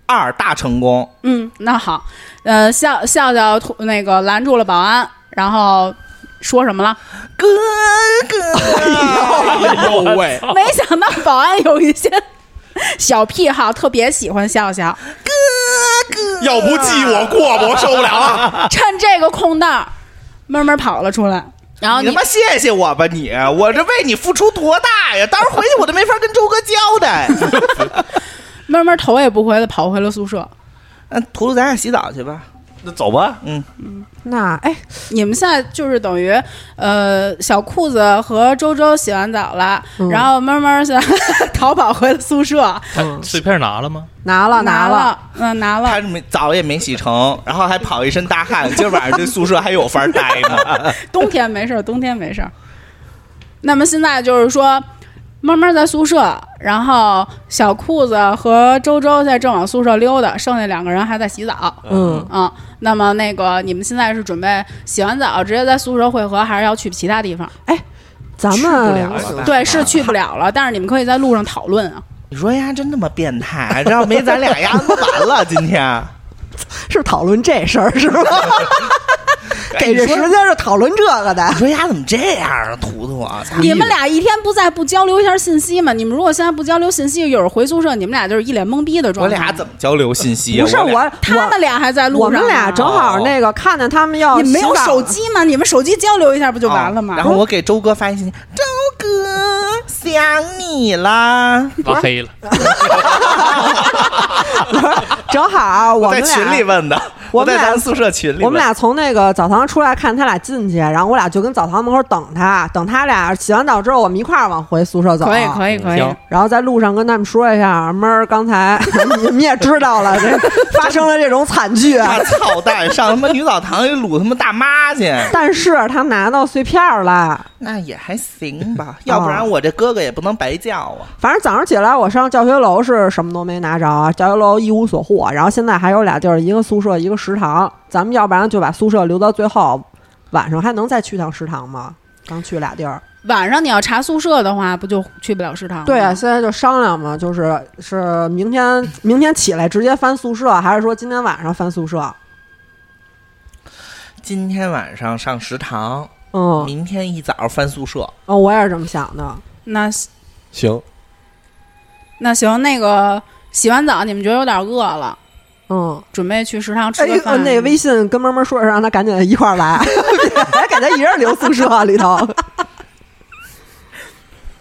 Speaker 3: 二大成功，
Speaker 1: 嗯，那好，呃，笑笑笑图那个拦住了保安，然后说什么了？
Speaker 3: 哥啊哥，
Speaker 4: 哎呦喂，
Speaker 1: 没想到保安有一些小癖好，特别喜欢笑笑。
Speaker 4: 要不记我过吧，我受不了了。
Speaker 1: 趁这个空档儿，慢慢跑了出来。然后
Speaker 3: 你他妈谢谢我吧你，我这为你付出多大呀！当时回去我都没法跟周哥交代。
Speaker 1: 慢慢头也不回的跑回了宿舍。
Speaker 3: 嗯，图图，咱俩洗澡去吧。
Speaker 5: 那走吧，
Speaker 3: 嗯，
Speaker 2: 那哎，
Speaker 1: 你们现在就是等于，呃，小裤子和周周洗完澡了，
Speaker 2: 嗯
Speaker 1: 然后慢慢现在 逃跑回了宿舍，
Speaker 6: 他碎片拿啊了吗？
Speaker 2: 拿了
Speaker 1: 拿
Speaker 2: 了，
Speaker 1: 嗯、拿了
Speaker 3: 他，是没澡也没洗成，然后还跑一身大汗，今儿晚上这宿舍还有法待吗？
Speaker 1: 冬天没事儿，冬天没事儿。那么现在就是说，慢慢在宿舍，然后小裤子和周周在正往宿舍溜达，剩下两个人还在洗澡。
Speaker 2: 嗯，
Speaker 1: 嗯，那么那个你们现在是准备洗完澡直接在宿舍会合，还是要去其他地方？
Speaker 2: 咱
Speaker 3: 去不了
Speaker 2: 们
Speaker 3: 了吧
Speaker 1: 对，是去不了了，但是你们可以在路上讨论啊。
Speaker 3: 你说呀，真他妈变态！这要没咱俩呀，他妈完了今天。
Speaker 2: 是讨论这事儿是 吧？给这
Speaker 3: 哎你说
Speaker 2: 时间是讨论这个的
Speaker 3: 你，说丫怎么这样啊，图图啊？操
Speaker 1: 你们俩一天不在，不交流一下信息嘛？你们如果现在不交流信息，有人回宿舍，你们俩就是一脸懵逼的
Speaker 3: 我
Speaker 1: 状态。
Speaker 3: 俩怎么交流信息啊？
Speaker 2: 不是
Speaker 3: 我俩
Speaker 2: 我，
Speaker 1: 他们俩还在哎路
Speaker 2: 我
Speaker 1: 上呢，
Speaker 2: 我们俩正
Speaker 3: 哦
Speaker 2: 好那个看见他们要
Speaker 1: 你没有
Speaker 2: 洗澡
Speaker 1: 手机吗？你们手机交流一下不就完了吗？
Speaker 3: 哦然后我给周哥发一信息，周哥想你啦。
Speaker 6: 拉黑了，
Speaker 2: 正好啊我
Speaker 3: 在
Speaker 2: 们
Speaker 3: 群里
Speaker 2: 俩。
Speaker 3: 问的，
Speaker 2: 我
Speaker 3: 我
Speaker 2: 们
Speaker 3: 在
Speaker 2: 俩
Speaker 3: 咱宿舍群里问。
Speaker 2: 我们俩从那个澡堂出来，看他俩进去，然后我俩就跟澡堂门口等他，等他俩洗完澡之后，我们一块儿往回宿舍走。
Speaker 1: 可以可以可以，
Speaker 5: 行
Speaker 2: 然后在路上跟他们说一下，妹儿刚才 你们也知道了，这发生了这种惨剧。啊
Speaker 3: 大操蛋，上他妈女澡堂里撸他妈大妈去，
Speaker 2: 但是他拿到碎片儿了，
Speaker 3: 那也还行吧，要不
Speaker 2: 哦
Speaker 3: 然我这哥哥也不能白叫啊。
Speaker 2: 反正早上起来我上教学楼是什么都没拿着，教学楼一无所获。然后现在还有俩地儿，一个宿舍，一个食堂。咱们要不然就把宿舍留到最后，晚上还能再去趟食堂吗？刚去俩地儿，
Speaker 1: 晚上你要查宿舍的话，不就去不了食堂了？
Speaker 2: 对啊，，现在就商量嘛，就是是明天明天起来直接翻宿舍，还是说今天晚上翻宿舍？
Speaker 3: 今天晚上上食堂，
Speaker 2: 嗯，
Speaker 3: 明天一早翻宿舍。
Speaker 2: 哦，我也是这么想的。
Speaker 1: 那
Speaker 5: 行，
Speaker 1: 那行，那个洗完澡你们觉得有点饿了，
Speaker 2: 嗯，
Speaker 1: 准备去食堂吃
Speaker 2: 哎
Speaker 1: 个
Speaker 2: 呦，
Speaker 1: 饭。
Speaker 2: 那微信跟萌萌说，让他赶紧一块儿来， 别给他一人留宿舍里头。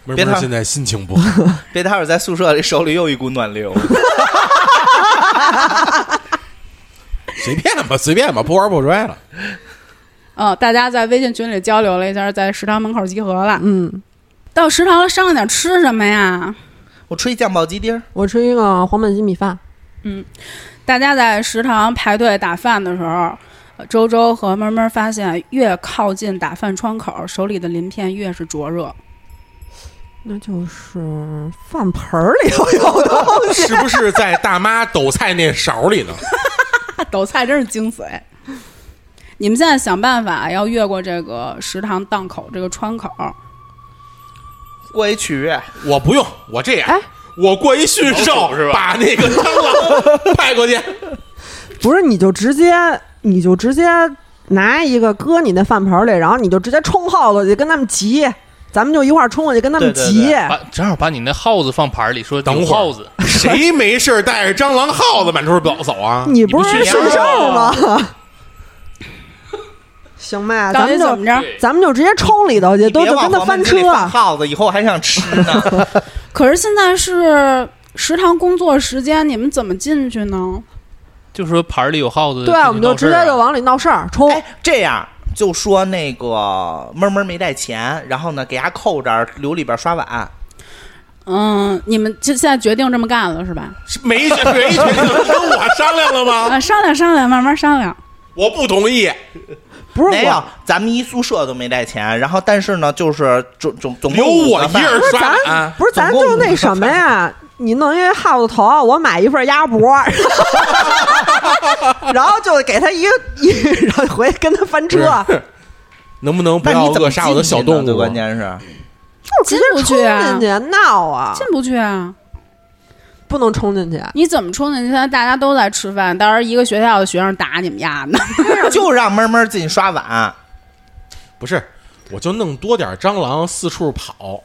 Speaker 4: 妹
Speaker 3: 别
Speaker 4: 妹
Speaker 3: 烫
Speaker 4: 现在心情不好，
Speaker 3: 别待会儿在宿舍里手里又一股暖流。
Speaker 4: 随便吧，随便吧，不玩不摔了。
Speaker 1: 嗯，大家在微信群里交流了一下，在食堂门口集合了。
Speaker 2: 嗯，
Speaker 1: 到食堂了，商量点吃什么呀？
Speaker 3: 我吃一酱爆鸡丁儿，
Speaker 2: 我吃一个黄焖鸡米饭。
Speaker 1: 大家在食堂排队打饭的时候，呃周周和闷闷发现，越靠近打饭窗口，手里的鳞片越是灼热。
Speaker 2: 那就是饭盆儿里头有 东西，
Speaker 4: 是不是在大妈抖菜那勺里呢？
Speaker 1: 那抖菜真是精髓。你们现在想办法要越过这个食堂档口这个窗口，
Speaker 2: 啊
Speaker 3: 过一取悦。
Speaker 4: 我不用，我这样
Speaker 2: 哎，
Speaker 4: 我过一驯兽，把那个蟑螂派过去。
Speaker 2: 不是你就直接你就直接拿一个搁你那饭盆儿里，然后你就直接冲后头去跟他们急，咱们就一块儿冲过去跟他们
Speaker 3: 对对
Speaker 2: 急。
Speaker 3: 对
Speaker 6: 把正好把你那耗子放盘里，说
Speaker 4: 等
Speaker 6: 有
Speaker 4: 会儿
Speaker 6: 耗子，
Speaker 4: 谁没事儿带着蟑螂、耗子满处走走啊？
Speaker 2: 你不
Speaker 6: 你
Speaker 2: 是
Speaker 6: 不去
Speaker 2: 驯
Speaker 6: 聊
Speaker 2: 兽吗？ 行吧，咱
Speaker 1: 到底
Speaker 2: 们
Speaker 1: 怎
Speaker 2: 就
Speaker 1: 么着？
Speaker 6: 对
Speaker 2: 咱们就直接冲里头去，
Speaker 3: 你
Speaker 2: 都
Speaker 3: 别
Speaker 2: 就
Speaker 3: 往
Speaker 2: 跟他
Speaker 3: 黄
Speaker 2: 翻
Speaker 3: 焖鸡里
Speaker 2: 车。啊
Speaker 3: 放耗子，以后还想吃 呢。
Speaker 1: 可是现在是食堂工作时间，你们怎么进去呢？
Speaker 6: 就说盘里有耗子。
Speaker 2: 对，啊我们就直接就
Speaker 6: 就
Speaker 2: 往里闹事儿冲。
Speaker 3: 哎，这样就说那个闷闷没带钱，然后呢给他扣这儿，留里边刷碗。
Speaker 1: 嗯，你们就现在决定这么干了是吧？
Speaker 4: 没没决定跟我商量了吗？
Speaker 1: 啊，商量商量，慢慢商量。
Speaker 4: 我不同意。
Speaker 2: 不是
Speaker 3: 没有
Speaker 2: 我，，
Speaker 3: 咱们一宿舍都没带钱，然后但是呢，就是总总总
Speaker 4: 留
Speaker 3: 共五
Speaker 4: 我
Speaker 3: 个
Speaker 4: 一人
Speaker 3: 饭
Speaker 2: 不是
Speaker 4: 刷
Speaker 2: 咱
Speaker 4: 碗，啊
Speaker 2: 不是咱
Speaker 3: 啊总共
Speaker 2: 就
Speaker 3: 五
Speaker 2: 那
Speaker 3: 个
Speaker 2: 什么呀？ 你弄一耗子头，我买一份鸭脖， 然后就给他一个一， 然后回去跟他翻车，
Speaker 4: 不是能不能不
Speaker 3: 那
Speaker 4: 要
Speaker 3: 你怎么
Speaker 4: 扼杀我
Speaker 3: 进
Speaker 4: 的
Speaker 3: 去
Speaker 4: 小
Speaker 3: 呢
Speaker 4: 动
Speaker 3: 最
Speaker 4: 物？
Speaker 3: 关键 是，
Speaker 2: 就直接冲进去闹啊
Speaker 1: 进！不去啊？
Speaker 2: 不能冲进去，
Speaker 1: 你怎么冲进去？现在大家都在吃饭，到时候一个学校的学生打你们丫呢。
Speaker 3: 就让闷闷进去刷碗。
Speaker 4: 不是，我就弄多点蟑螂四处跑。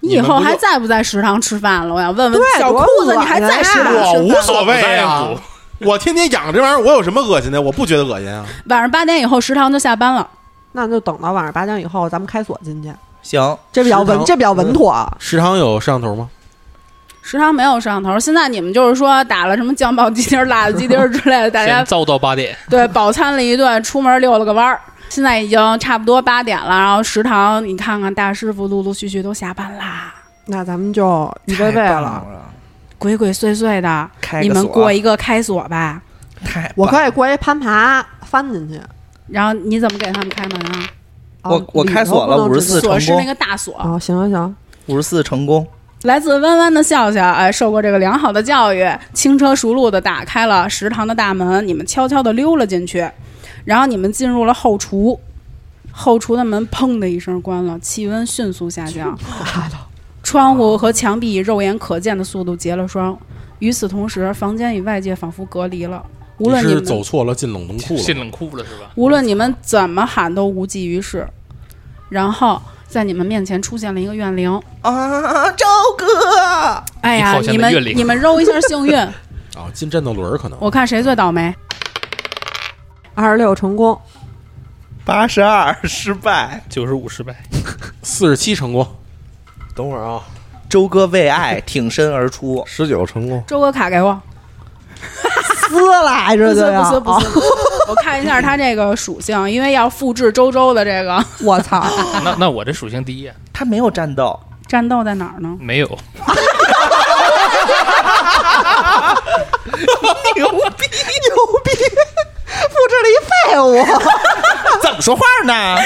Speaker 1: 你
Speaker 4: 你
Speaker 1: 以
Speaker 4: 们
Speaker 1: 后
Speaker 4: 不就
Speaker 1: 还在不在食堂吃饭了？我想问问
Speaker 2: 对
Speaker 1: 小
Speaker 2: 多
Speaker 1: 裤子，
Speaker 2: 恶
Speaker 1: 你还
Speaker 2: 心
Speaker 1: 在
Speaker 2: 啊
Speaker 1: 食堂
Speaker 4: 我
Speaker 1: 吃
Speaker 4: 无
Speaker 1: 饭？
Speaker 4: 所谓啊
Speaker 6: 不在乎，
Speaker 4: 我天天养这玩意儿，我有什么恶心的？我不觉得恶心啊。
Speaker 1: 晚上八点以后食堂就下班了。
Speaker 2: 那就等到晚上八点以后，咱们开锁进去，
Speaker 3: 行，
Speaker 2: 这比较稳，
Speaker 3: 食堂嗯
Speaker 2: 这比较稳妥。
Speaker 4: 食堂有摄像头吗？
Speaker 1: 食堂没有摄像头，现在你们就是说打了什么酱爆鸡丁儿、辣子鸡丁儿之类的，
Speaker 2: 哎
Speaker 1: 大 家
Speaker 6: 先造到 八点，
Speaker 1: 对，饱餐了一顿，出门溜了个弯儿。现在已经差不多八点了，然后食堂你看看，大师傅陆陆续续都下班啦，
Speaker 2: 那咱们就预备
Speaker 3: 太
Speaker 2: 备
Speaker 3: 棒
Speaker 2: 了。
Speaker 3: 了，
Speaker 1: 鬼鬼祟祟的，
Speaker 3: 开个
Speaker 1: 你们
Speaker 3: 锁啊
Speaker 1: 过一个开锁吧。
Speaker 3: 太棒
Speaker 2: 我可以过一攀爬翻进去。
Speaker 1: 然后你怎么给他们开门啊？
Speaker 2: 啊
Speaker 3: 我我开锁了
Speaker 2: 里头不能直接
Speaker 3: 54
Speaker 1: 锁是
Speaker 3: 成功
Speaker 1: 那个大锁，
Speaker 2: 啊，行行行，
Speaker 3: 五十四成功，
Speaker 1: 来自弯弯的笑笑，哎，受过这个良好的教育，轻车熟路的打开了食堂的大门，你们悄悄的溜了进去，然后你们进入了后厨，后厨的门砰的一声关了，气温迅速下降，窗户和墙壁以肉眼可见的速度结了霜。与此同时，房间与外界仿佛隔离了，无论
Speaker 4: 你
Speaker 1: 你
Speaker 4: 是
Speaker 1: 们
Speaker 4: 走错了，进冷冻库
Speaker 6: 进
Speaker 4: 了。
Speaker 6: 冷库了是吧？
Speaker 1: 无论你们怎么喊都无济于事。然后在你们面前出现了一个怨灵，
Speaker 3: 啊，赵哥，
Speaker 1: 哎呀，
Speaker 6: 你靠
Speaker 1: 你
Speaker 6: 前的怨
Speaker 1: 们
Speaker 6: 灵
Speaker 1: 你们揉一下幸 运。
Speaker 4: 啊，进战斗轮儿可能。
Speaker 1: 我看谁最倒霉。
Speaker 2: 二十六成功，
Speaker 3: 八十二 失败，
Speaker 6: 九十五失败，
Speaker 4: 四十七成功，
Speaker 5: 等会儿啊，
Speaker 3: 周哥为爱挺身而出，
Speaker 5: 十九成功，
Speaker 1: 周哥卡给我，
Speaker 2: 撕来
Speaker 1: 不
Speaker 2: 着
Speaker 1: 是
Speaker 2: 就要。哦
Speaker 1: 不是不是，不是 我看一下他这个属性，因为要复制周周的这个
Speaker 2: 我操！
Speaker 6: 那那我这属性第一啊，
Speaker 3: 他没有战斗，
Speaker 1: 战斗在哪儿呢？
Speaker 6: 没有，
Speaker 3: 牛逼！
Speaker 2: 牛逼，复制了一废 物。
Speaker 3: 怎么说话 呢？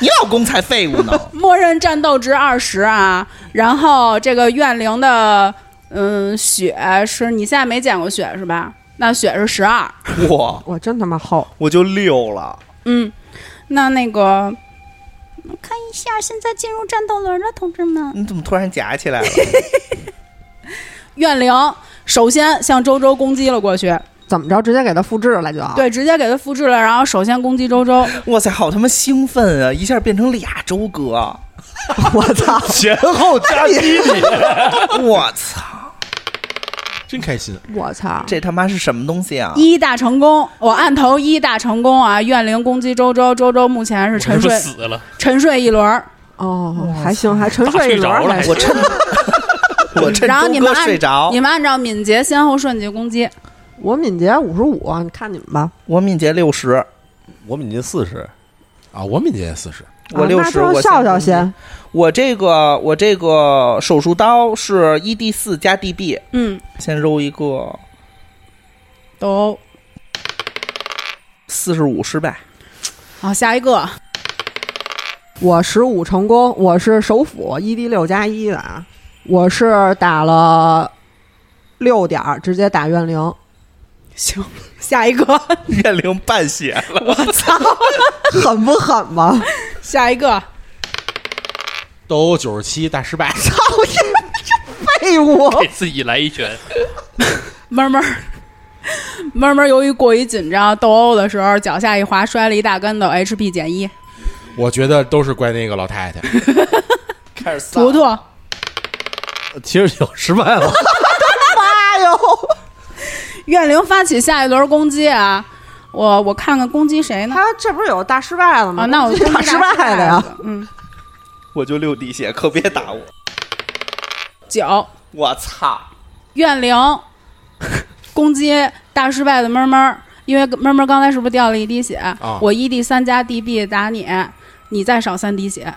Speaker 3: 你老公才废 物呢！
Speaker 1: 默认战斗值二十啊，然后这个怨灵的嗯血是你现在没减过血是吧？那血是十二，
Speaker 3: 我
Speaker 2: 我真他妈厚，
Speaker 3: 我就溜了，
Speaker 1: 嗯，那那个。看一下，现在进入战斗轮了，同志们。
Speaker 3: 你怎么突然夹起来了？
Speaker 1: 怨灵首先向周周攻击了过去，
Speaker 2: 怎么着？直接给它复制了就。，
Speaker 1: 对，直接给他复制了，然后首先攻击周周。
Speaker 3: 哇塞，好他妈兴奋啊！一下变成俩周哥，
Speaker 2: 我操！
Speaker 5: 前后夹击你，
Speaker 3: 我操！
Speaker 4: 真开心。
Speaker 2: 我操！
Speaker 3: 这他妈是什么东西啊？
Speaker 1: 一大成功，我按头一大成功啊！怨灵攻击周周，周周目前是
Speaker 6: 我
Speaker 1: 沉
Speaker 6: 是不
Speaker 1: 睡
Speaker 6: 是死了？
Speaker 1: 沉睡一轮儿，
Speaker 2: 哦，还行，还沉睡一轮
Speaker 6: 打睡着
Speaker 2: 儿
Speaker 6: 了
Speaker 2: 还行。
Speaker 3: 我趁我趁
Speaker 1: 然后你
Speaker 3: 周
Speaker 1: 们
Speaker 3: 哥
Speaker 1: 按
Speaker 3: 睡着
Speaker 1: 你，们按照敏捷先后顺序攻击，
Speaker 2: 我敏捷五十五，你看你们吧。
Speaker 3: 我敏捷六十，
Speaker 5: 我们已经四十，
Speaker 4: 啊，我敏捷也四十，
Speaker 3: 我
Speaker 2: 啊
Speaker 3: 六
Speaker 2: 那
Speaker 3: 十，
Speaker 2: 就
Speaker 3: 我
Speaker 2: 笑笑
Speaker 3: 攻击
Speaker 2: 先。
Speaker 3: 我这个我这个手术刀是一 d 四加 db，
Speaker 1: 嗯，
Speaker 3: 先揉一个
Speaker 1: 都
Speaker 3: 四十五失败，
Speaker 1: 好下一个
Speaker 2: 我十五成功，我是首府一 d 六加一的啊，我是打了六点儿，直接打怨灵。
Speaker 1: 行， 下一个
Speaker 3: 怨灵半血了，
Speaker 2: 狠不狠吧？
Speaker 1: 下一个
Speaker 4: 都九十七大失败，
Speaker 2: 废物！
Speaker 6: 给自己来一拳，
Speaker 1: 闷闷儿。 闷闷儿由于过于紧张，斗殴的时候脚下一滑，摔了一大跟头，HP 减一。
Speaker 4: 我觉得都是怪那个老太太。
Speaker 3: 开始
Speaker 1: 图图
Speaker 5: 七十九失败 了，
Speaker 2: 哎呦，
Speaker 1: 怨灵发起下一轮攻击啊！我我看看攻击谁呢？
Speaker 2: 他这不是有大失败了吗？
Speaker 1: 啊，那我攻击
Speaker 2: 大失败了呀！
Speaker 1: 的，嗯，
Speaker 3: 我就六滴血，可别打我，
Speaker 1: 九。
Speaker 3: 我操！
Speaker 1: 怨灵攻击大失败的闷闷儿，因为闷闷儿刚才是不是掉了一滴血？
Speaker 4: 啊
Speaker 1: 我一 d 三加 db 打你，你再少三滴血，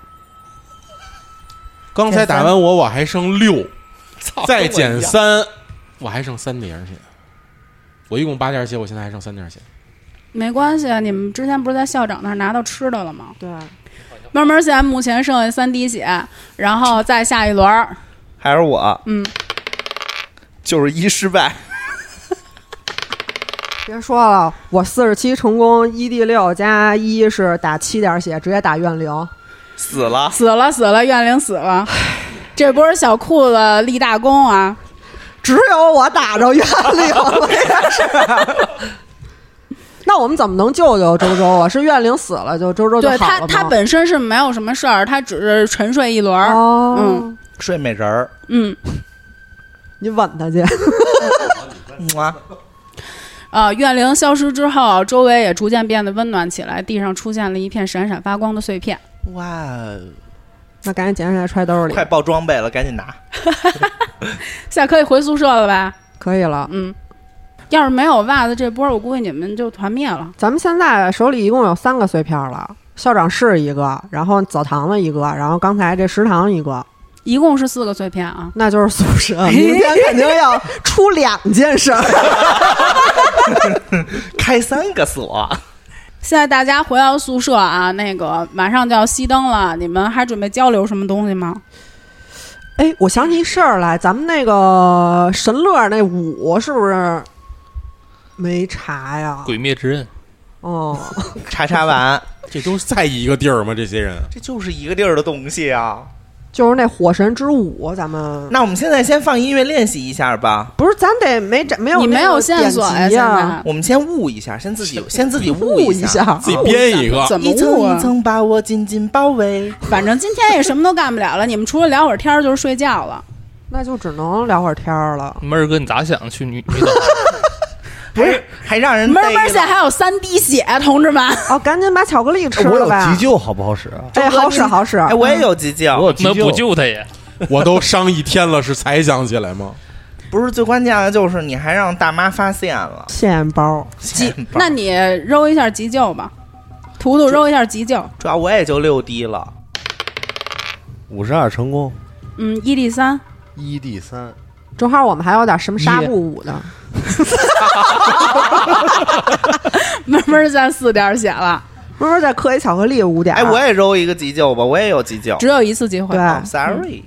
Speaker 4: 刚才打完我，我还剩六，
Speaker 3: 操
Speaker 4: 再减，三，我还剩三点血。我一共八点血，我现在还剩三点血。
Speaker 1: 没关系。啊你们之前不是在校长那儿拿到吃的了吗？
Speaker 2: 对，
Speaker 1: 闷闷儿现在目前剩下三滴血，然后再下一轮儿，
Speaker 3: 还是我
Speaker 1: 嗯，
Speaker 3: 就是一失败，
Speaker 2: 别说了，我四十七成功，一 d 六加一是打七点血，直接打怨灵。
Speaker 3: 死了，
Speaker 1: 死了死了，怨灵死了。这波小裤子立大功啊！
Speaker 2: 只有我打着怨灵了，这是。 那我们怎么能救救周周啊？是怨灵死了就周周就
Speaker 1: 对
Speaker 2: 好了
Speaker 1: 他，
Speaker 2: 吗
Speaker 1: 他本身是没有什么事儿，他只是沉睡一轮儿。
Speaker 2: 哦，
Speaker 1: 嗯
Speaker 3: 睡美人儿，
Speaker 1: 嗯，
Speaker 2: 你吻他去。
Speaker 3: 么啊
Speaker 1: 呃，怨灵消失之后，周围也逐渐变得温暖起来，地上出现了一片闪闪发光的碎片。
Speaker 3: 哇哦，
Speaker 2: 那赶紧捡起来揣兜里，
Speaker 3: 快爆装备了，赶紧拿。
Speaker 1: 现在可以回宿舍了吧？
Speaker 2: 可以了。
Speaker 1: 嗯，要是没有袜子这波，我估计你们就团灭了。
Speaker 2: 咱们现在手里一共有三个碎片了，校长室一个，然后澡堂子一个，然后刚才这食堂一个，
Speaker 1: 一共是四个碎片啊。
Speaker 2: 那就是宿 哎舍。嗯明天肯定要出两件事儿。
Speaker 3: 开三个锁，
Speaker 1: 现在大家回到宿舍啊，那个马上就要熄灯了，你们还准备交流什么东西吗？
Speaker 2: 哎，我想起一事儿来，咱们那个神乐那舞是不是没查呀？
Speaker 6: 《鬼灭之刃》
Speaker 2: 哦，
Speaker 3: 查查完，
Speaker 4: 这都是在一个地儿吗？这些人
Speaker 3: 这就是一个地儿的东西啊。
Speaker 2: 就是那火神之舞，咱们
Speaker 3: 那我们现在先放音乐练习一下吧。
Speaker 2: 不是咱得没这没有
Speaker 1: 你没
Speaker 2: 那
Speaker 1: 有
Speaker 2: 个
Speaker 1: 线索啊
Speaker 2: 典籍
Speaker 1: 现
Speaker 2: 呀，
Speaker 1: 在
Speaker 3: 我们先悟一下，先自己先自己悟
Speaker 2: 悟
Speaker 3: 一下。
Speaker 2: 下
Speaker 4: 自己编一个，
Speaker 1: 怎么
Speaker 3: 一层
Speaker 1: 悟
Speaker 3: 一
Speaker 1: 啊？
Speaker 3: 层把我紧紧包围，
Speaker 1: 反正今天也什么都干不了了，你们除了聊会儿天儿就是睡觉了。
Speaker 2: 那就只能聊会儿天儿了。
Speaker 6: 妹儿哥，你咋想去女女澡堂？
Speaker 3: 不是还让 人
Speaker 1: 闷
Speaker 3: 逮
Speaker 1: 闷儿
Speaker 3: 着
Speaker 1: 现在还有三滴血，同志们。
Speaker 2: 哦，赶紧把巧克力吃
Speaker 5: 我有
Speaker 2: 了呗
Speaker 5: 急！救好不好使啊？
Speaker 2: 哎，好使好使！
Speaker 3: 哎，
Speaker 1: 嗯
Speaker 3: 我也有急救，
Speaker 5: 我有急
Speaker 6: 那不
Speaker 5: 救，
Speaker 6: 救他也？
Speaker 4: 我都伤一天了，是才想起来吗？
Speaker 3: 不是最关键的就是你还让大妈发现了，
Speaker 2: 现包，
Speaker 1: 急
Speaker 3: 钱，包
Speaker 1: 那你揉一下急救吧，图图揉一下急救。
Speaker 3: 主要我也就六滴了，
Speaker 5: 五十二成功，
Speaker 1: 嗯，一 d 三，
Speaker 5: 一 d 三，
Speaker 2: 正好我们还有点什么纱布舞的，
Speaker 1: 闷闷儿现在四点血了，
Speaker 2: 不是再嗑一巧克力五点儿。
Speaker 3: 哎，我也揉一个急救吧，我也有急救
Speaker 1: 只有一次机会
Speaker 2: 对。，
Speaker 3: ，I'm sorry，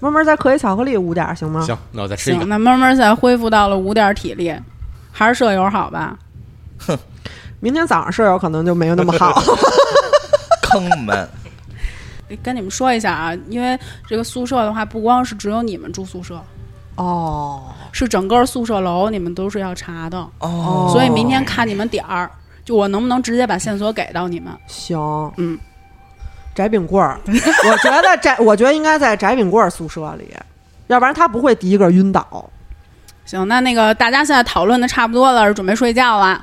Speaker 2: 慢慢再嗑一巧克力五点儿啊行吗？
Speaker 4: 行，那我再吃一
Speaker 1: 行，
Speaker 4: 个。
Speaker 1: 那闷闷儿现在恢复到了五点体力，还是舍友好吧？
Speaker 2: 明天早上舍友可能就没有那么 好。
Speaker 3: 坑你们，
Speaker 1: 跟你们说一下啊，因为这个宿舍的话，不光是只有你们住宿舍，
Speaker 2: 哦
Speaker 1: 是整个宿舍楼你们都是要查的，
Speaker 2: 哦
Speaker 1: 所以明天看你们点儿，就我能不能直接把线索给到你们？
Speaker 2: 行，
Speaker 1: 嗯，
Speaker 2: 翟炳贵儿，我觉得翟，我觉得应该在翟炳贵儿宿舍里，要不然他不会第一个晕倒。
Speaker 1: 行，那那个大家现在讨论的差不多了，准备睡觉了。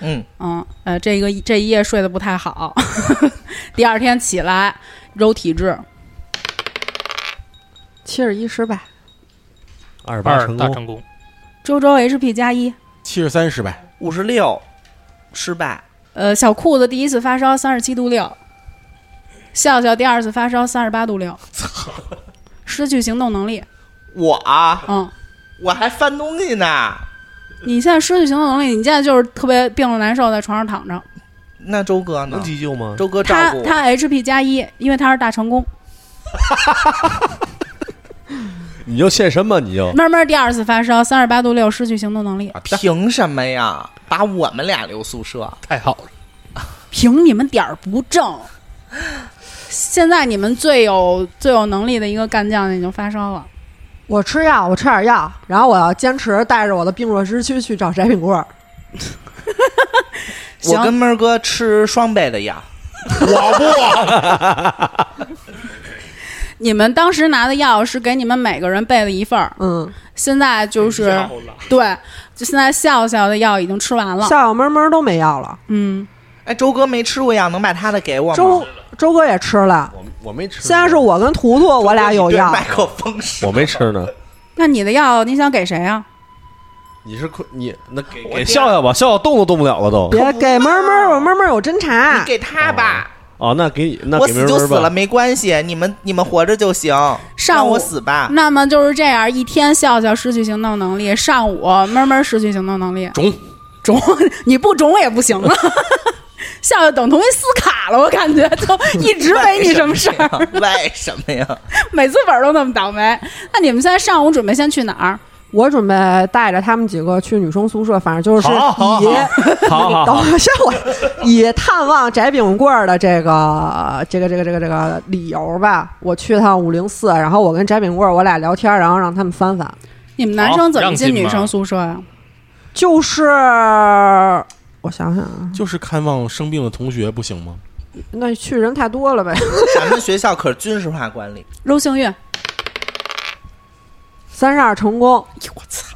Speaker 3: 嗯，
Speaker 1: 嗯，呃，这个这一夜睡得不太好， 第二天起来揉体质，
Speaker 2: 七十一失败，
Speaker 5: 二十八
Speaker 6: 二
Speaker 5: 成
Speaker 6: 大
Speaker 5: 功，
Speaker 6: 成功，
Speaker 1: 周周 HP 加一。
Speaker 4: 七十三失败，
Speaker 3: 五十六失败，
Speaker 1: 呃，小裤子第一次发烧三十七度六，笑笑第二次发烧三十八度六，失去行动能力。
Speaker 3: 我啊，
Speaker 1: 嗯，
Speaker 3: 我还翻东西呢，
Speaker 1: 你现在失去行动能力，你现在就是特别病了难受，在床上躺着。
Speaker 3: 那周哥呢
Speaker 5: 能？急救吗？
Speaker 3: 周哥照
Speaker 1: 他
Speaker 3: 顾我，
Speaker 1: 他 HP 加一，因为他是大成功。
Speaker 5: 你就献身吧，你 就
Speaker 1: 闷闷第二次发烧三十八度六，失去行动能力。
Speaker 3: 凭什么呀？把我们俩留宿舍，
Speaker 6: 太好了！
Speaker 1: 凭你们点儿不正。现在你们最有最有能力的一个干将已经发烧了，
Speaker 2: 我吃药，我吃点药，然后我要坚持带着我的病弱之躯去找翟炳贵儿。
Speaker 1: 行
Speaker 3: 我跟妹儿哥吃双倍的药，
Speaker 5: 啊
Speaker 1: 你们当时拿的药是给你们每个人备了一份儿，
Speaker 2: 嗯，
Speaker 1: 现在就是对，就现在笑笑的药已经吃完了
Speaker 2: 笑。笑闷闷都没药了。
Speaker 1: 嗯，
Speaker 3: 哎，周哥没吃过药，能把他的给我吗？
Speaker 2: 周周哥也吃了，
Speaker 5: 我我没吃，
Speaker 2: 现在是我跟图图我俩有
Speaker 3: 对
Speaker 2: 药。
Speaker 3: 麦克风是
Speaker 5: 我没吃呢。
Speaker 1: 那你的药你想给谁啊？
Speaker 5: 你是困你那给
Speaker 3: 我
Speaker 5: 给笑笑吧，笑笑动都动不了了都。
Speaker 2: 别给闷闷儿，我闷闷儿有侦查
Speaker 1: 啊
Speaker 3: 你。给他吧。
Speaker 5: 哦，那给你那
Speaker 3: 我
Speaker 5: 给明
Speaker 3: 死就
Speaker 5: 儿
Speaker 3: 死了，
Speaker 5: 吧。
Speaker 3: 没关系，你们你们活着就行。
Speaker 1: 上
Speaker 3: 让
Speaker 1: 午
Speaker 3: 我死吧，
Speaker 1: 那么就是这样，一天笑笑失去行动能力，上午闷闷失去行动能力，
Speaker 4: 中
Speaker 1: 肿 你不肿也不行了。 笑笑等同于撕卡了，我感觉就一直没你什么事儿。
Speaker 3: 为什么呀？
Speaker 1: 每次本儿都那么倒霉。那你们现在上午准备先去哪儿？
Speaker 2: 我准备带着他们几个去女生宿舍，反正就是
Speaker 5: 好好
Speaker 2: 以
Speaker 5: 好好
Speaker 2: 等
Speaker 5: 好，
Speaker 2: 一下我以探望翟炳贵儿的这个这个这个这个这个理由吧，我去趟五零四，然后我跟翟炳贵儿我俩聊天，然后让他们翻翻，
Speaker 1: 你们男生怎么
Speaker 6: 好让进
Speaker 1: 进
Speaker 6: 吧
Speaker 1: 女生宿舍呀、
Speaker 2: 就是我想想啊，
Speaker 4: 就是看望生病的同学不行吗？
Speaker 2: 那去人太多了呗，
Speaker 3: 咱们学校可是军事化管理，
Speaker 1: 揉幸运，
Speaker 2: 三十二成功，
Speaker 1: 我操！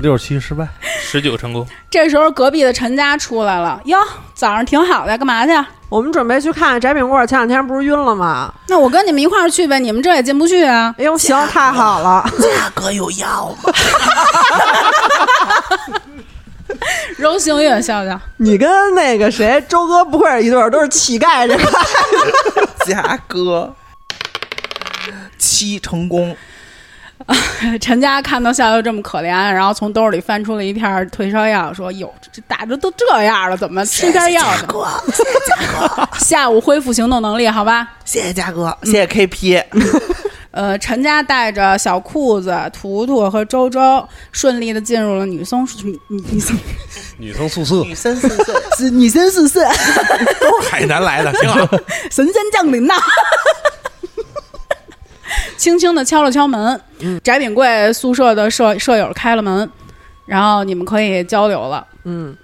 Speaker 5: 六十七失败，
Speaker 6: 十九成功，
Speaker 1: 这时候隔壁的陈家出来了，哟，早上挺好的，干嘛去啊？
Speaker 2: 我们准备去看翟炳贵，前两天不是晕了吗？
Speaker 1: 那我跟你们一块儿去呗，你们这也进不去啊。
Speaker 2: 哎呦，行，太好了，
Speaker 3: 价格有药吗？
Speaker 1: 柔情月笑笑，
Speaker 2: 你跟那个谁周哥不愧是一对儿，都是乞丐这个。
Speaker 3: 价格七成功，
Speaker 1: 陈家看到笑笑这么可怜，然后从兜里翻出了一片退烧药，说：“哟，这打着都这样了，怎么吃片药呢？
Speaker 3: 哥，谢谢价格，
Speaker 1: 下午恢复行动能力，好吧？”
Speaker 3: 谢谢价
Speaker 2: 啊
Speaker 3: 格，谢谢 KP。
Speaker 1: 呃，陈家带着小裤子、图图和周周顺利的进入了女松女女女松
Speaker 5: 女生宿舍
Speaker 3: 女生宿 舍，
Speaker 1: 女生宿舍，
Speaker 4: 都是 海南来的，挺啊好。
Speaker 1: 神仙降临呐！ 轻轻的敲了敲门，翟炳贵宿舍的舍舍友开了门，然后你们可以交流了。
Speaker 2: 嗯，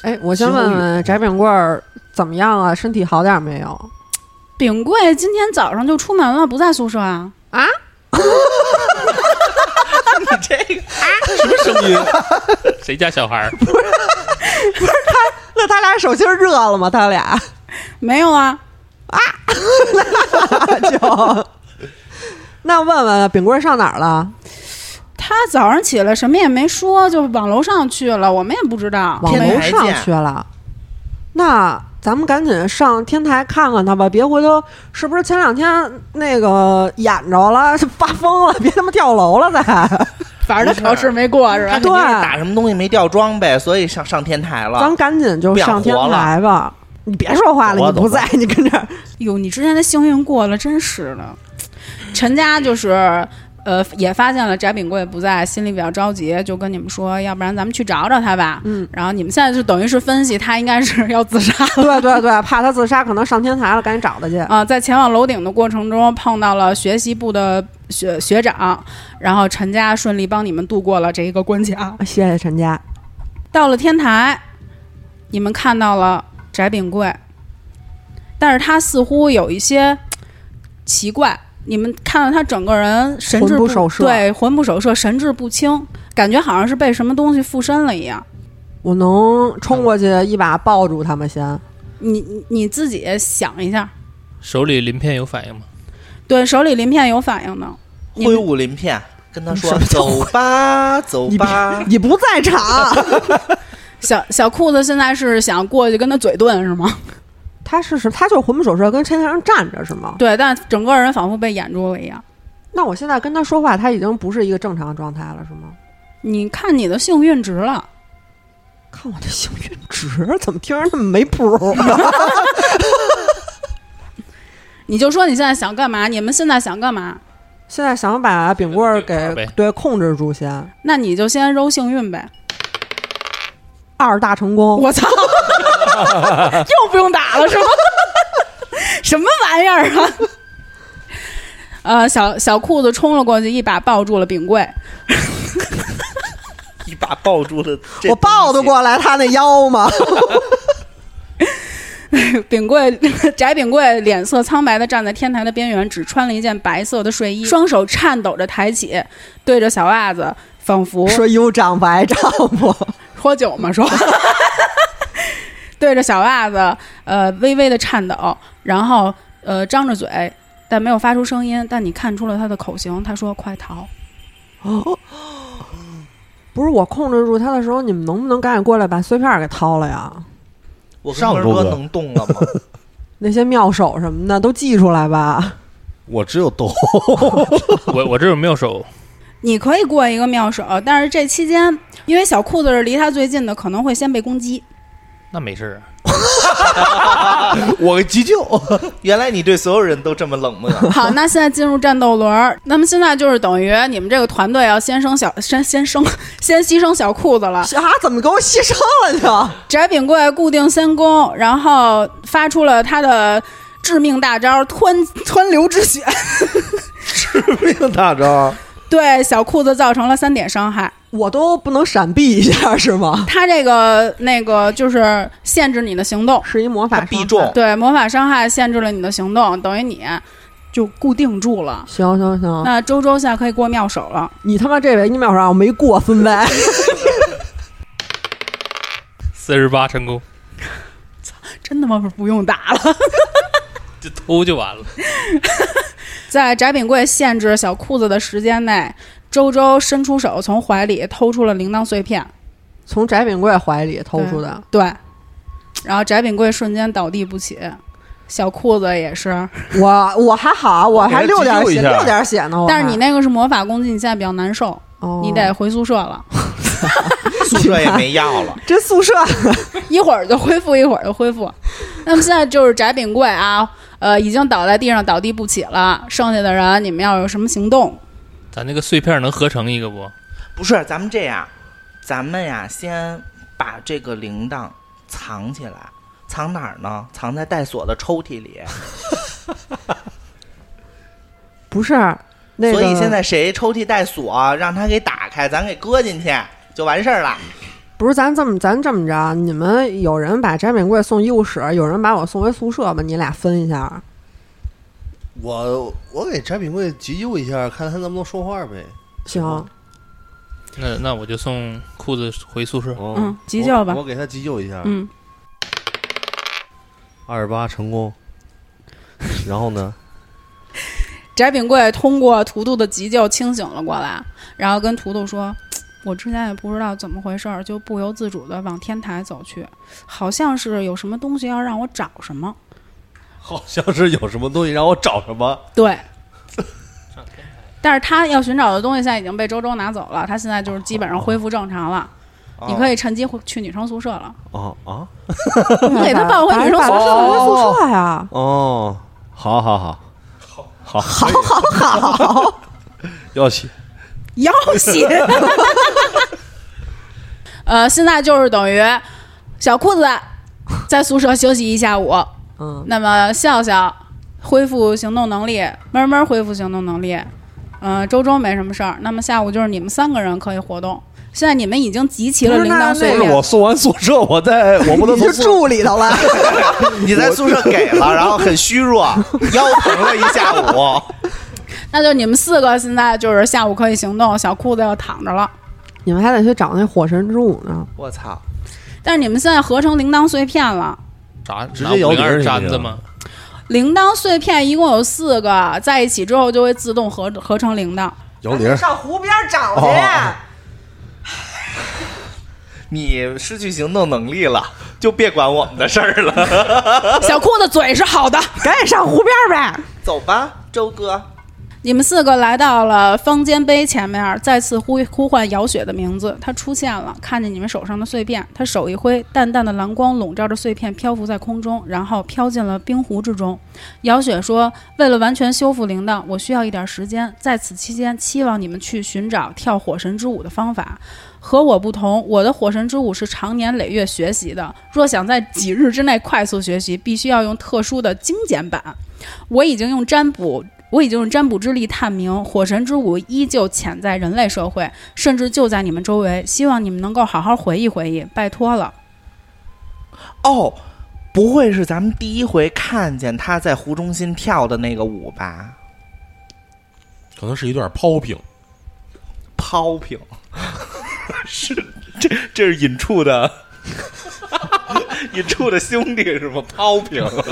Speaker 2: 哎，我先问问翟炳贵儿怎么样啊？身体好点儿没有？
Speaker 1: 炳贵今天早上就出门了，不在宿舍啊？
Speaker 3: 你这个
Speaker 5: 什么声音？
Speaker 6: 谁家小孩儿？
Speaker 2: 那他俩手心儿热了吗？他 俩
Speaker 1: 没有啊，
Speaker 2: 就。那问问炳贵儿上哪儿了？
Speaker 1: 他早上起来什么也没说，就往楼上去了，我们也不知道。
Speaker 2: 往
Speaker 3: 天
Speaker 2: 楼
Speaker 3: 台
Speaker 2: 上
Speaker 3: 见
Speaker 2: 去了。那咱们赶紧上天台看看他吧，别回头是不是前两天那个演着了，发疯了，别他妈跳楼了再。
Speaker 1: 反正他考试没过是
Speaker 3: 他
Speaker 1: 吧？
Speaker 3: 肯定是打什么东西没掉装备，所以上上天台了
Speaker 2: 咱。赶紧就
Speaker 3: 不想
Speaker 2: 上天
Speaker 3: 活了
Speaker 2: 台吧。你别说话
Speaker 3: 走
Speaker 2: 了，
Speaker 3: 吧
Speaker 2: 你不
Speaker 3: 走吧
Speaker 2: 在，你跟这 儿
Speaker 1: 哟，哎你之前的幸运过了，真是的。陈家就是呃，也发现了翟炳贵不在，心里比较着急，就跟你们说，要不然咱们去找找他吧。
Speaker 2: 嗯，
Speaker 1: 然后你们现在就等于是分析他应该是要自杀了。
Speaker 2: 对对对，怕他自杀，可能上天台了，赶紧找他去。
Speaker 1: 啊、在前往楼顶的过程中，碰到了学习部的学学长，然后陈家顺利帮你们度过了这一个关卡。
Speaker 2: 谢谢陈家，
Speaker 1: 到了天台，你们看到了翟炳贵，但是他似乎有一些奇怪。你们看到他整个人神志
Speaker 2: 魂不守舍
Speaker 1: 对，魂不守舍，神志不清，感觉好像是被什么东西附身了一样。
Speaker 2: 我能冲过去一把抱住他们先。
Speaker 1: 你你你自己想一下，
Speaker 6: 手里鳞片有 反应吗？
Speaker 1: 对手里鳞片有反应的，你
Speaker 3: 挥舞鳞片，跟他说
Speaker 2: 什么：“叫
Speaker 3: 走吧，走
Speaker 2: 你别
Speaker 3: 吧。
Speaker 2: 你不在场，
Speaker 1: 小小裤子现在是想过去跟他嘴遁是吗？
Speaker 2: 他是什？他就是魂不守舍，跟陈台上站着是吗？
Speaker 1: 对，但整个人仿佛被掩住了一样。
Speaker 2: 那我现在跟他说话，他已经不是一个正常的状态了，是吗？
Speaker 1: 你看你的幸运值了，
Speaker 2: 看我这幸运值怎么听着那么没谱儿？啊
Speaker 1: 你就说你现在想干嘛？你们现在想干嘛？
Speaker 2: 现在想把饼棍儿给
Speaker 6: 呗
Speaker 2: 对控制住先，
Speaker 1: 那你就先揉幸运呗。
Speaker 2: 二大成功。
Speaker 3: 哦
Speaker 1: 我操， 又不用打了是吗？ 什么玩意儿啊！呃，小小裤子冲了过去，一把抱住了炳贵。
Speaker 3: 一把抱住了这
Speaker 2: 我抱得
Speaker 3: 东西，
Speaker 2: 过来他那腰吗？
Speaker 1: 炳 贵，翟炳贵脸色苍白的站在天台的边缘，只穿了一件白色的睡衣，双手颤抖着抬起，对着小袜子，仿
Speaker 3: 哦
Speaker 1: 佛
Speaker 2: 说有长不爱丈夫，
Speaker 1: 喝酒嘛，说，对着小袜子，呃，微微的颤抖，然后呃，张着嘴，但没有发出声音。但你看出了他的口型，他说：“快逃
Speaker 2: 不是我控制住他的时候，你们能不能赶紧过来把碎片儿给掏了呀？
Speaker 3: 我跟
Speaker 5: 上
Speaker 3: 门
Speaker 5: 周
Speaker 3: 哥
Speaker 5: 哥
Speaker 3: 能动了吗？
Speaker 2: 那些妙手什么的都记出来吧。
Speaker 5: 我只有斗，
Speaker 6: 我我这有没有手？！”
Speaker 1: 你可以过一个妙手，但是这期间，因为小裤子是离他最近的，可能会先被攻 击。
Speaker 6: 那没事儿啊。
Speaker 5: 我急 救。
Speaker 3: 原来你对所有人都这么冷漠。
Speaker 1: 好，那现在进入战斗轮儿。那么现在就是等于你们这个团队要先生小先先生 先牺牲小裤子了。
Speaker 2: 啊，怎么给我牺牲了就？
Speaker 1: 翟炳贵固定三攻，然后发出了他的致命大招湍湍流之血，
Speaker 5: 命大招，
Speaker 1: 对小裤子造成了三点伤害。
Speaker 2: 我都不能闪避一下是吗？
Speaker 1: 他这个那个就是限制你的行动，
Speaker 2: 是一魔法
Speaker 3: 他必
Speaker 2: 伤
Speaker 3: 中
Speaker 2: 害
Speaker 1: 对魔法伤害限制了你的行动，等于你就固定住了。
Speaker 2: 行行行，
Speaker 1: 那周周现在可以过妙手了，
Speaker 2: 你他妈这位你秒杀我没过分呗？
Speaker 6: 四十八成功，
Speaker 1: 真他妈不用打了。
Speaker 6: 就偷就完了。
Speaker 1: 在翟炳贵限制小裤子的时间内，周周伸出手从怀里偷出了铃铛碎片，
Speaker 2: 从翟炳贵怀里偷出的，
Speaker 1: 对，然后翟炳贵瞬间倒地不起，小裤子也是，
Speaker 2: 我我还
Speaker 3: 哦
Speaker 2: 好，啊我还
Speaker 5: 给他
Speaker 2: 六点
Speaker 5: 急救一
Speaker 2: 血，
Speaker 5: 下
Speaker 2: 六点血呢。我还
Speaker 1: 但是你那个是魔法攻击，你现在比较难受，
Speaker 2: 哦
Speaker 1: 你得回宿舍了，
Speaker 3: 宿舍也没药了，
Speaker 2: 这宿舍
Speaker 1: 一会儿就恢复，一会儿就恢 复。那么现在就是翟炳贵啊，呃，已经倒在地上倒地不起了，剩下的人你们要有什么行动？
Speaker 6: 咱那个碎片能合成一个不？
Speaker 3: 不是，咱们这样，咱们呀，先把这个铃铛藏起来，藏哪儿呢？藏在带锁的抽屉里。
Speaker 2: 不是那个，
Speaker 3: 所以现在谁抽屉带锁，让他给打开，咱给搁进去就完事儿 了。
Speaker 2: 不是咱这么咱这么着，你们有人把翟炳贵送医务室，有人把我送回宿舍吧，你俩分一下。
Speaker 5: 我我给翟炳贵急救一下，看他能不能说话呗。
Speaker 2: 行，
Speaker 6: 那那我就送裤子回宿舍。
Speaker 5: 哦
Speaker 1: 嗯急救吧
Speaker 5: 我我给他急救一下，
Speaker 1: 嗯，
Speaker 5: 二十八成 功。然后呢？
Speaker 1: 翟炳贵通过图图的急救清醒了过来，然后跟图图说：“我之前也不知道怎么回事儿，就不由自主的往天台走去，好像是有什么东西要让我找什么。
Speaker 5: 好像是有什么东西让我找什么。”
Speaker 1: 对。 但是他要寻找的东西现在已经被周周拿走了，他现在就是基本上恢复正常了。你可
Speaker 3: 以
Speaker 1: 以趁机回去女生宿舍了。
Speaker 5: 哦啊
Speaker 1: 你给他抱回女生宿
Speaker 2: 把
Speaker 1: 舍
Speaker 2: 嗯他送回宿舍呀。
Speaker 5: 哦，好好好，好好
Speaker 2: 好好好，
Speaker 5: 要写
Speaker 1: 要挟。呃，现在就是等于小裤子在宿舍休息一下午，
Speaker 2: 嗯，
Speaker 1: 那么笑笑恢复行动能力，闷闷恢复行动能力，嗯、周周没什么事儿。那么下午就是你们三个人可以活动。现在你们已经集齐了
Speaker 2: 不是
Speaker 1: 铃铛
Speaker 2: 那
Speaker 1: 碎
Speaker 5: 不是
Speaker 1: 片
Speaker 5: 我，送完宿舍，我 在我不能
Speaker 2: 你
Speaker 5: 从
Speaker 2: 就
Speaker 5: 宿
Speaker 2: 住里头了。
Speaker 3: 你在宿舍给了，然后很虚弱， 腰疼了一下午。
Speaker 1: 那就你们四个现在就是下午可以行动，小裤子要躺着了。
Speaker 2: 你们还得去找那火神之舞呢。
Speaker 3: 我操！
Speaker 1: 但是你们现在合成铃铛碎片了，
Speaker 6: 炸
Speaker 5: 直接摇铃儿
Speaker 6: 二
Speaker 5: 就
Speaker 6: 粘
Speaker 5: 行
Speaker 6: 的吗？
Speaker 1: 铃铛碎片一共有四个，在一起之后就会自动合合成铃铛。
Speaker 5: 摇铃儿，哦
Speaker 2: 上湖边找去。
Speaker 3: 你失去行动能力了，就别管我们的事儿了。
Speaker 1: 小裤子嘴是好的。
Speaker 2: 赶紧上湖边呗！
Speaker 3: 走吧，周哥。
Speaker 1: 你们四个来到了方尖碑前面，再次呼呼唤姚雪的名字。她出现了，看见你们手上的碎片，她手一挥，淡淡的蓝光笼罩着碎片，漂浮在空中，然后飘进了冰湖之中。姚雪说：“为了完全修复铃铛，我需要一点时间，在此期间，期望你们去寻找跳火神之舞的方法。和我不同，我的火神之舞是常年累月学习的，若想在几日之内快速学习，必须要用特殊的精简版。我已经用占卜，我已经用占卜之力探明，火神之舞依旧潜在人类社会，甚至就在你们周围。希望你们能够好好回忆回忆，拜托了。
Speaker 3: 哦，不会是咱们第一回看见他在湖中心跳的那个舞吧
Speaker 4: 可能是一段 popping，
Speaker 3: ？Popping，是这这是引处的， 引处的兄弟是吗？Popping，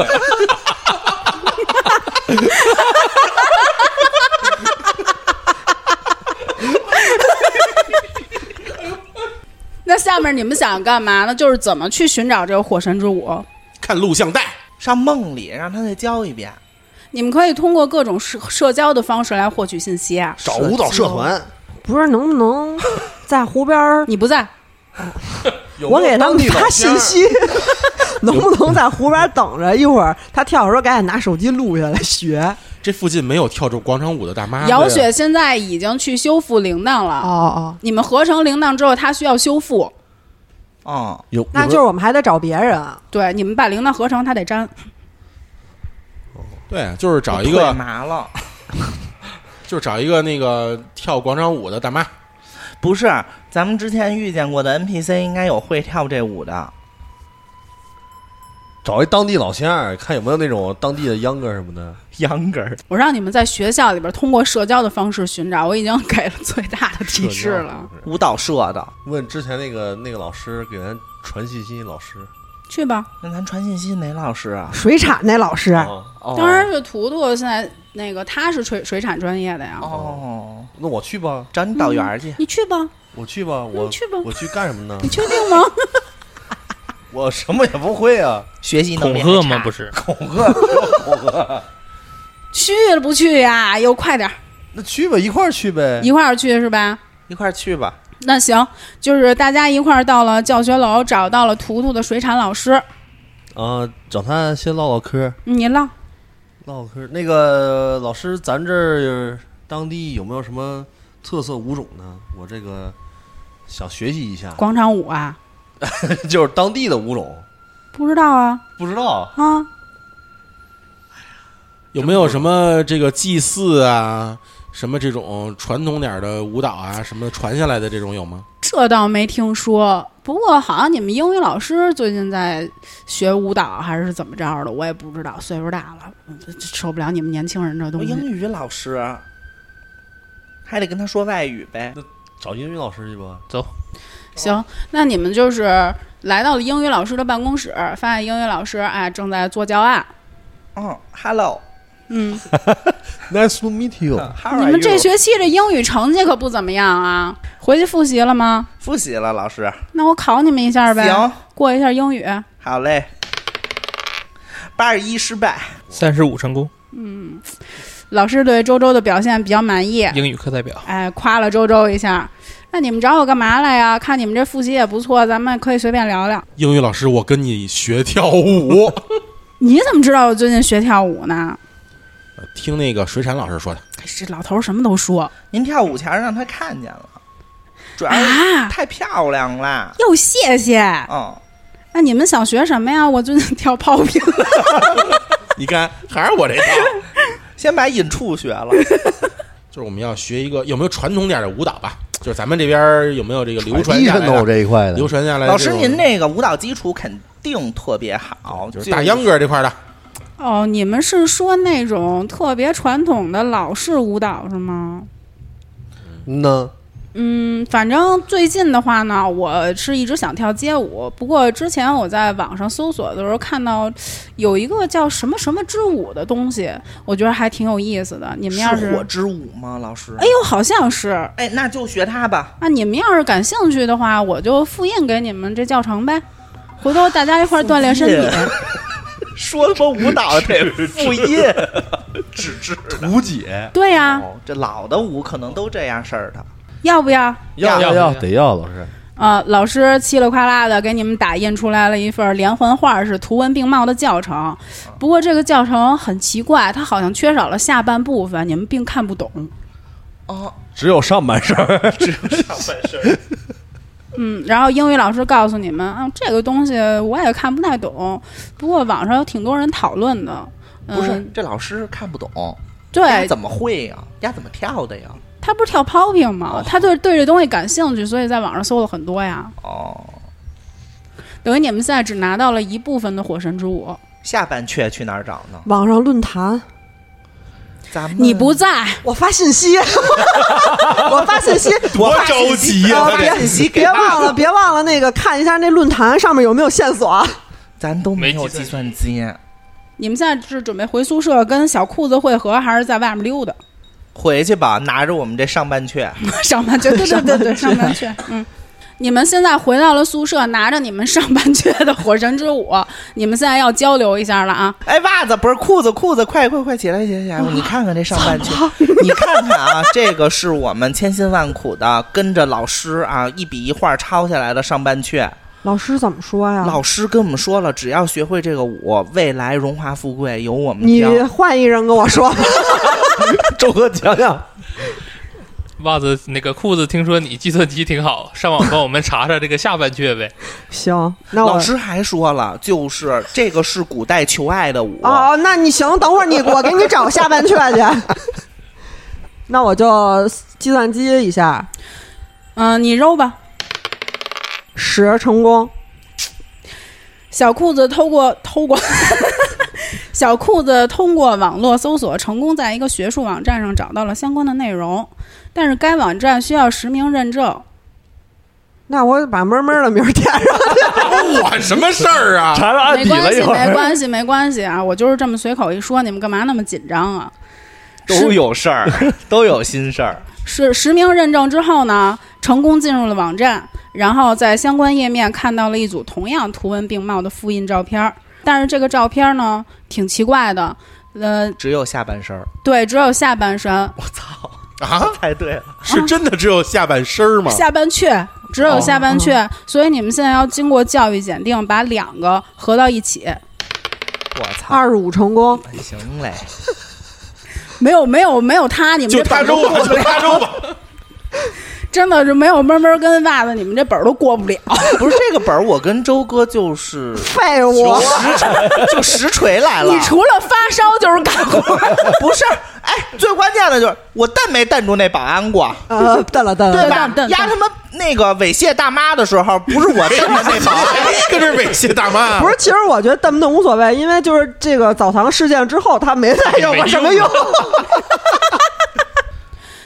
Speaker 1: 那下面你们想干嘛呢？就是怎么去寻找这个火神之舞？
Speaker 4: 看录像带，
Speaker 3: 上梦里让他再教一遍。
Speaker 1: 你们可以通过各种社社交的方式来获取信息啊。
Speaker 5: 哦找舞蹈社团，
Speaker 2: 不是，能不能在湖边儿？
Speaker 1: 你不在，
Speaker 2: 我给他们发信息，能不能在湖边等着？一会儿他跳的时候，赶紧拿手机录下来学。
Speaker 4: 这附近没有跳这广场舞的大妈。啊
Speaker 1: 姚雪现在已经去修复铃铛了。
Speaker 2: 哦哦，
Speaker 1: 你们合成铃铛之后，它需要修复。
Speaker 3: 哦，
Speaker 5: 有
Speaker 2: 那就是我们还得找别人。啊
Speaker 1: 对，你们把铃铛合成，它得粘。
Speaker 4: 对，就是找一
Speaker 3: 腿
Speaker 4: 个，
Speaker 3: 麻了。
Speaker 4: 就是找一个那个跳广场舞的大妈。
Speaker 3: 不是，咱们之前遇见过的 NPC 应该有会跳这舞的。
Speaker 5: 找一当地老乡儿，看有没有那种当地的秧歌什么的。
Speaker 3: 秧歌儿，
Speaker 1: 我让你们在学校里边通过社交的方式寻找，我已经给了最大的提示了。
Speaker 3: 舞蹈社的，
Speaker 5: 问之前那个那个老师给咱传信息，老师
Speaker 1: 去吧，
Speaker 3: 那咱传信息哪老师啊？
Speaker 2: 水产那老师，
Speaker 5: 啊，
Speaker 3: 哦
Speaker 1: 当然是图图现在那个他是水水产专业的呀，
Speaker 3: 哦，
Speaker 5: 那我去吧，
Speaker 3: 找你导员儿去。
Speaker 1: 你去吧，
Speaker 5: 我去吧，我
Speaker 1: 你去吧
Speaker 5: 我去干什么呢
Speaker 1: 你？确定吗？
Speaker 5: 我什么也不会啊，
Speaker 3: 学习能
Speaker 6: 恐
Speaker 3: 力
Speaker 6: 吓
Speaker 3: 还差
Speaker 6: 吗？不， 是，
Speaker 5: 恐吓，恐吓，
Speaker 1: 去了不去呀？又快点儿，
Speaker 5: 那去吧，一块儿去呗。
Speaker 1: 一块儿去是吧？
Speaker 3: 一块儿去吧。
Speaker 1: 那行，就是大家一块儿到了教学楼，找到了图图的水产老师，
Speaker 5: 啊，找他先唠唠嗑，
Speaker 1: 你唠。
Speaker 5: 唠唠嗑。那个老师，咱这儿当地有没有什么特色舞种呢？我这个想学习一下，
Speaker 1: 广场舞啊？
Speaker 5: 就是当地的舞种，
Speaker 1: 不知道啊
Speaker 5: 不知道。
Speaker 1: 啊！
Speaker 4: 有没有什么这个祭祀啊，什么这种传统点儿的舞蹈啊，什么传下来的这种有吗？
Speaker 1: 这倒没听说，不过好像你们英语老师最近在学舞蹈还是怎么着的，我也不知道，岁数大了，嗯这这受不了你们年轻人这
Speaker 3: 我
Speaker 1: 东
Speaker 3: 英
Speaker 1: 西。
Speaker 3: 语老师啊还得跟他说外语呗。
Speaker 5: 找英语老师去吧。
Speaker 1: 行，那你们就是来到了英语老师的办公室，发现英语老师哎正在做教案，
Speaker 3: 嗯，Hello，
Speaker 1: 嗯，
Speaker 5: Nice to meet you。
Speaker 3: how are
Speaker 1: 你们这
Speaker 3: you？
Speaker 1: 学期这英语成绩可不怎么样啊，回去复习了吗？
Speaker 3: 复习了，老师。
Speaker 1: 那我考你们一下呗，
Speaker 3: 行，
Speaker 1: 过一下英语。
Speaker 3: 好嘞。八十一失败，
Speaker 6: 三十五成功，
Speaker 1: 老师对周周的表现比较满意，
Speaker 6: 英语课代表。
Speaker 1: 哎，夸了周周一下。那你们找我干嘛来呀？看你们这复习也不错，咱们可以随便聊聊。
Speaker 4: 英语老师，我跟你学跳舞，
Speaker 1: 你怎么知道我最近学跳舞呢？
Speaker 4: 听那个水产老师说的。
Speaker 1: 哎这老头儿什么都说
Speaker 3: 您跳舞前让他看见了，主要是
Speaker 1: 啊！
Speaker 3: 太漂亮了。
Speaker 1: 又谢谢。
Speaker 3: 嗯，
Speaker 1: 那你们想学什么呀？我最近跳 泡冰。
Speaker 4: 你看，还是我这套，
Speaker 3: 先把引触学了。
Speaker 4: 就是我们要学一个有没有传统点儿的舞蹈吧？就是咱们这边儿有没有这个流传
Speaker 5: 医
Speaker 4: 下
Speaker 5: 生
Speaker 4: 来
Speaker 5: 都有
Speaker 4: 的？
Speaker 5: 这一块的
Speaker 4: 流。传下来的
Speaker 3: 老
Speaker 4: 哎这
Speaker 3: 师，
Speaker 4: 种，
Speaker 3: 您那个舞蹈基础肯定特别好，
Speaker 4: 就是大秧歌这块儿的，
Speaker 1: 哦，你们是说那种特别传统的老式舞蹈是吗？
Speaker 5: 嗯呢，
Speaker 1: 嗯，反正最近的话呢，我是一直想跳街舞，不过之前我在网上搜索的时候看到有一个叫什么什么之舞的东西，我觉得还挺有意思的。你们要
Speaker 3: 是火
Speaker 1: 是，
Speaker 3: 之舞吗？老师，
Speaker 1: 哎呦，好像是。
Speaker 3: 哎，那就学他吧。
Speaker 1: 啊，你们要是感兴趣的话，我就复印给你们这教程呗，回头大家一块儿锻炼身体。
Speaker 3: 说什么舞蹈 得复印，纸质
Speaker 5: 图解
Speaker 1: 对呀、
Speaker 3: 哦，这老的舞可能都这样式儿的。
Speaker 1: 要不要？
Speaker 5: 要
Speaker 6: 要
Speaker 5: 要
Speaker 6: 要
Speaker 5: 得要老师。
Speaker 1: 呃，老师嘁里夸啦的给你们打印出来了一份连环画是图文并茂的教程，不过这个教程很奇怪，它好像缺少了下半部分，你们并看不懂。
Speaker 3: 哦，
Speaker 5: 只有上半身儿，
Speaker 1: 嗯，然后英语老师告诉你们，啊，这个东西我也看不太懂，不过网上有挺多人讨论的。嗯、
Speaker 3: 不是，这老师看不懂，
Speaker 1: 对
Speaker 3: 丫，怎么会呀？丫怎么跳的呀？
Speaker 1: 他不是跳 popping 吗
Speaker 3: 哦？
Speaker 1: 他对对这东西感兴趣，所以在网上搜了很多呀。
Speaker 3: 哦，
Speaker 1: 等于你们现在只拿到了一部分的火神之舞，
Speaker 3: 下半阙去哪儿找呢？
Speaker 2: 网上论坛，
Speaker 3: 咱们
Speaker 1: 你不在，
Speaker 2: 我发信息， 我发信息，
Speaker 4: 多着急呀、
Speaker 2: 啊
Speaker 3: 把
Speaker 2: 别
Speaker 3: 信息给
Speaker 2: 别忘了，
Speaker 3: 了，
Speaker 2: 别忘了那个看一下那论坛上面有没有线索啊。
Speaker 3: 咱都没有
Speaker 6: 没
Speaker 3: 计
Speaker 6: 计
Speaker 3: 算机，
Speaker 1: 你们现在是准备回宿舍跟小裤子会合，还是在外面溜达？
Speaker 3: 回去吧，拿着我们这上半阙，
Speaker 1: 上半阙，对对对对，上半阙，嗯。你们现在回到了宿舍，拿着你们上半阙的《火神之舞》，你们现在要交流一下了啊！
Speaker 3: 哎，袜子不是裤子，裤子，快快快起来，起来，起来！你看看这上半阙，你看看啊，这个是我们千辛万苦的跟着老师啊一笔一画抄下来的上半阙。
Speaker 2: 老师怎么说呀？
Speaker 3: 老师跟我们说了，只要学会这个舞，未来荣华富贵有我们
Speaker 2: 你
Speaker 3: 教。
Speaker 2: 换一人跟我说，
Speaker 5: 周哥讲讲，
Speaker 6: 袜子那个裤子，听说你计算机挺好，上网帮我们查查这个下半阙呗。
Speaker 2: 行，那我
Speaker 3: 老师还说了，就是这个是古代求爱的舞。
Speaker 2: 哦，那你行，等会儿你我给你找下半阙去。那我就计算机一下，
Speaker 1: 嗯、你揉吧。
Speaker 2: 十成功。
Speaker 1: 小裤子透过偷过， 小裤子通过网络搜索，成功在一个学术网站上找到了相关的内容，但是该网站需要实名认证。
Speaker 2: 那我把闷闷的名儿填上。
Speaker 4: 啊我什么事儿啊？
Speaker 7: 查了案
Speaker 1: 没
Speaker 7: 底
Speaker 1: 关
Speaker 7: 了一
Speaker 1: 系，
Speaker 7: 会
Speaker 1: 没
Speaker 7: 儿，
Speaker 1: 关系，没关系啊！我就是这么随口一说，你们干嘛那么紧张啊？
Speaker 3: 都有 事儿，都有心事儿。
Speaker 1: 是实名认证之后呢，成功进入了网站，然后在相关页面看到了一组同样图文并茂的复印照片儿，但是这个照片儿呢挺奇怪的，呃，
Speaker 3: 只有下半身儿，
Speaker 1: 对，只有下半身，
Speaker 3: 我操，
Speaker 4: 啊，
Speaker 3: 猜对了，
Speaker 4: 是真的只有下半身儿吗？
Speaker 1: 下半阙只有下半阙，
Speaker 3: 哦嗯
Speaker 1: 所以你们现在要经过教育检定，把两个合到一起，
Speaker 3: 我操，
Speaker 2: 二十五成功，
Speaker 3: 行嘞，
Speaker 1: 没有没有没有他，你们
Speaker 4: 就
Speaker 1: 这
Speaker 4: 他
Speaker 1: 本儿
Speaker 4: 周吧，就他 周吧。
Speaker 1: 真的是没有闷闷跟袜子，你们这本儿都过不了。
Speaker 3: 不是这个本儿，我跟周哥就是
Speaker 2: 废物！
Speaker 3: 就实锤，就实锤来了
Speaker 1: 你。除了发烧就是干活 儿，
Speaker 3: 不是，哎，最关键的就是我瞪没瞪住那保安过，
Speaker 2: 呃，瞪了瞪了，
Speaker 1: 对
Speaker 3: 吧
Speaker 1: 瞪？瞪
Speaker 3: 压他妈那个猥亵大妈的时候，不是我瞪的那保安，
Speaker 4: 跟这猥亵大妈，
Speaker 2: 不是，其实我觉得瞪不瞪无所谓，因为就是这个澡堂事件之后，他没再有过什么用。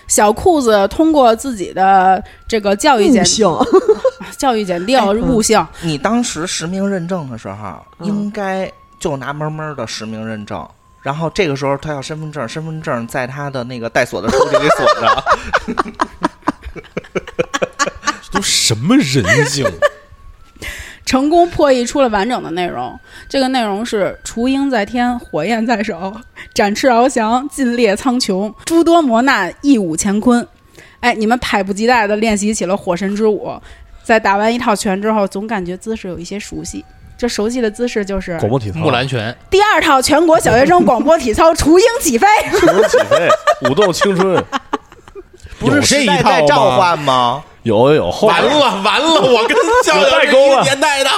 Speaker 1: 小裤子通过自己的这个教育检
Speaker 2: 悟性，
Speaker 1: 教育检定悟性，
Speaker 3: 你当时实名认证的时候，
Speaker 2: 嗯
Speaker 3: 应该就拿闷闷的实名认证。然后这个时候他要身份证，身份证在他的那个带锁的抽屉里锁着。
Speaker 4: 都什么人性？
Speaker 1: 成功破译出了完整的内容。这个内容是：雏鹰在天，火焰在手， 展翅翱翔，尽猎苍穹，诸多磨难，一舞乾坤。哎，你们迫不及待地练习起了火神之舞。在打完一套拳之后，总感觉姿势有一些熟悉。这熟悉的姿势就是
Speaker 7: 广播体操，
Speaker 6: 木兰拳，
Speaker 1: 第二套全国小学生广播体操雏鹰起 飞。
Speaker 7: 赤手起 飞，舞动青春，
Speaker 3: 不是
Speaker 4: 有这
Speaker 3: 时
Speaker 4: 一
Speaker 3: 代在
Speaker 4: 套
Speaker 3: 召
Speaker 4: 吗
Speaker 3: 唤吗？
Speaker 7: 有有有，后
Speaker 4: 完
Speaker 7: 边
Speaker 4: 了完了，我跟教
Speaker 7: 有
Speaker 4: 教
Speaker 7: 代
Speaker 4: 是
Speaker 7: 沟
Speaker 4: 一个
Speaker 7: 了
Speaker 4: 年代的，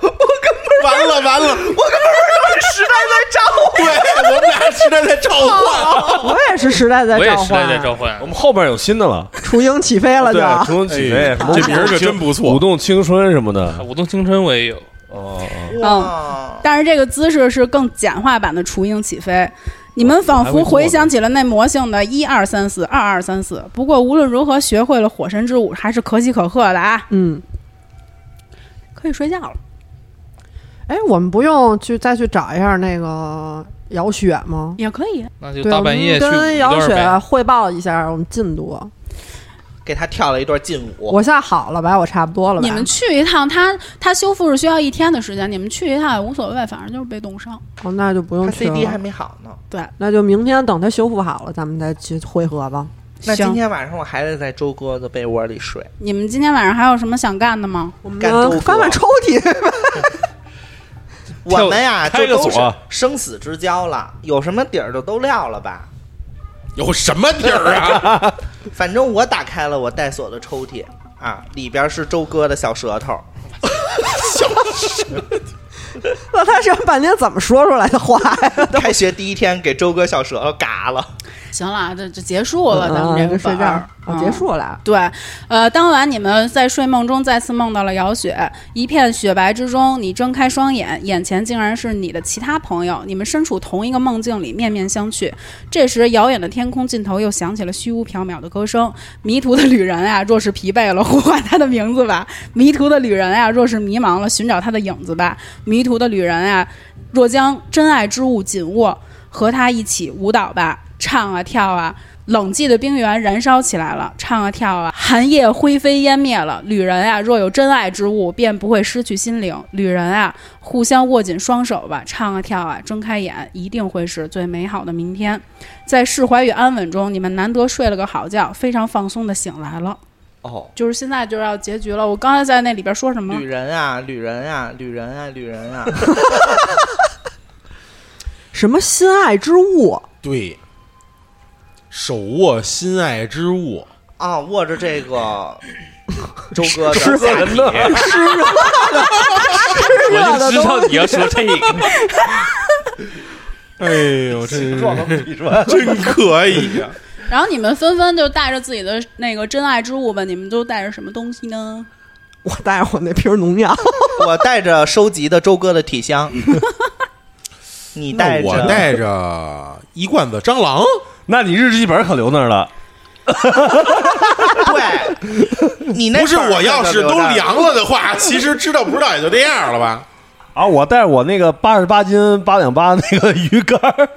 Speaker 4: 我跟完了完了，
Speaker 3: 我根本是时代在召唤。
Speaker 4: 对我们俩时代在召 唤。
Speaker 2: 我也是时代在
Speaker 6: 我也
Speaker 2: 召
Speaker 6: 是在这
Speaker 2: 唤，
Speaker 6: 召唤
Speaker 7: 我。们后边有新的了，
Speaker 2: 雏鹰起飞了就
Speaker 7: 对，。啊重启
Speaker 4: 哎
Speaker 7: 飞，什么
Speaker 4: 这名儿可真不错
Speaker 7: 舞动青春什么
Speaker 6: 啊
Speaker 7: 的，
Speaker 6: 舞动青春我也有，
Speaker 7: 哦，
Speaker 2: 嗯
Speaker 7: 哦
Speaker 3: 哇！
Speaker 1: 但是这个姿势是更简化版的雏鹰起飞。你们仿佛回想起了那魔性的一二三四二二三四，不过无论如何学会了火神之舞还是可喜可贺的啊，
Speaker 2: 嗯，
Speaker 1: 可以睡觉了。
Speaker 2: 哎，我们不用去再去找一下那个姚雪吗？
Speaker 1: 也可以，
Speaker 6: 那就
Speaker 2: 对，啊
Speaker 6: 大
Speaker 2: 我们
Speaker 6: 半夜去舞
Speaker 2: 跟
Speaker 6: 一
Speaker 2: 姚
Speaker 6: 段
Speaker 2: 雪啊
Speaker 6: 呗。
Speaker 2: 汇报一下我们进度。
Speaker 3: 给他跳了一段劲舞，
Speaker 2: 我现在好了吧？我差不多了吧？
Speaker 1: 你们去一趟，他他修复是需要一天的时间，你们去一趟也无所谓，反正就是被冻伤。
Speaker 2: 哦，那就不
Speaker 3: 他
Speaker 2: 用去
Speaker 3: CD 还
Speaker 2: 了。
Speaker 3: 没好呢。
Speaker 2: 那就明天等他修复好了，咱们再去汇合吧。
Speaker 3: 那今
Speaker 1: 行，
Speaker 3: 天晚上我还得在周哥的被窝里睡。
Speaker 1: 你们今天晚上还有什么想干的吗？
Speaker 2: 我们
Speaker 3: 干周哥
Speaker 2: 翻翻嗯抽屉，
Speaker 3: 我们呀，
Speaker 7: 开
Speaker 3: 就
Speaker 7: 个
Speaker 3: 都是
Speaker 7: 锁
Speaker 3: 生死之交了，有什么底儿就都撂了吧。
Speaker 4: 有什么底儿啊？
Speaker 3: 反正我打开了我带锁的抽屉啊，里边是周哥的小舌 头。
Speaker 2: 那他这半天怎么说出来的话呀？
Speaker 3: 开学第一天给周哥小舌头嘎了，
Speaker 1: 行了，这这结束了，咱们这
Speaker 2: 嗯
Speaker 1: 个
Speaker 2: 就睡
Speaker 1: 本
Speaker 2: 觉
Speaker 1: 儿、
Speaker 2: 哦
Speaker 1: 嗯
Speaker 2: 结束了。
Speaker 1: 对，呃，当晚你们在睡梦中再次梦到了姚雪，一片雪白之中，你睁开双眼，眼前竟然是你的其他朋友，你们身处同一个梦境里，面面相觑。这时，遥远的天空尽头又响起了虚无缥缈的歌声。迷途的旅人啊，若是疲惫了，呼唤他的名字吧；迷途的旅人啊，若是迷茫了，寻找他的影子吧；迷途的旅人啊，若将真爱之物紧握，和他一起舞蹈吧，唱啊跳啊，冷寂的冰原燃烧起来了，唱啊跳啊，寒夜灰飞烟灭了。旅人啊，若有真爱之物，便不会失去心灵。旅人啊，互相握紧双手吧，唱啊跳啊，睁开眼，一定会是最美好的明天。在释怀与安稳中，你们难得睡了个好觉，非常放松的醒来了。
Speaker 3: 哦。
Speaker 1: 就是现在就要结局了。我刚才在那里边说什么
Speaker 3: 旅？人啊，旅人啊，旅人啊，旅人 啊！
Speaker 2: 什么心爱之物？
Speaker 4: 对，手握心爱之物，
Speaker 3: 啊，握着这个周哥的
Speaker 7: 吃
Speaker 3: 下
Speaker 7: 什
Speaker 3: 体
Speaker 7: 么，
Speaker 6: 我就知道你要说这个，
Speaker 4: 哎呦，真
Speaker 7: 撞
Speaker 4: 是
Speaker 7: 了你说，
Speaker 4: 真可以啊呀！
Speaker 1: 然后你们纷纷就带着自己的那个真爱之物吧，你们都带着什么东西呢？
Speaker 2: 我带着我那瓶 农药，
Speaker 3: 我带着收集的周哥的体 香，你带
Speaker 4: 那
Speaker 3: 着
Speaker 4: 我带着一罐子蟑螂，
Speaker 7: 那你日记本可留那儿了，
Speaker 3: 对， 你那
Speaker 4: 不是
Speaker 3: 本儿
Speaker 4: 我要是
Speaker 3: 留
Speaker 4: 都
Speaker 3: 着
Speaker 4: 凉了的话，其实知道不知道也就这样了吧。
Speaker 7: 啊，我带着我那个八十八斤八两八那个鱼竿儿，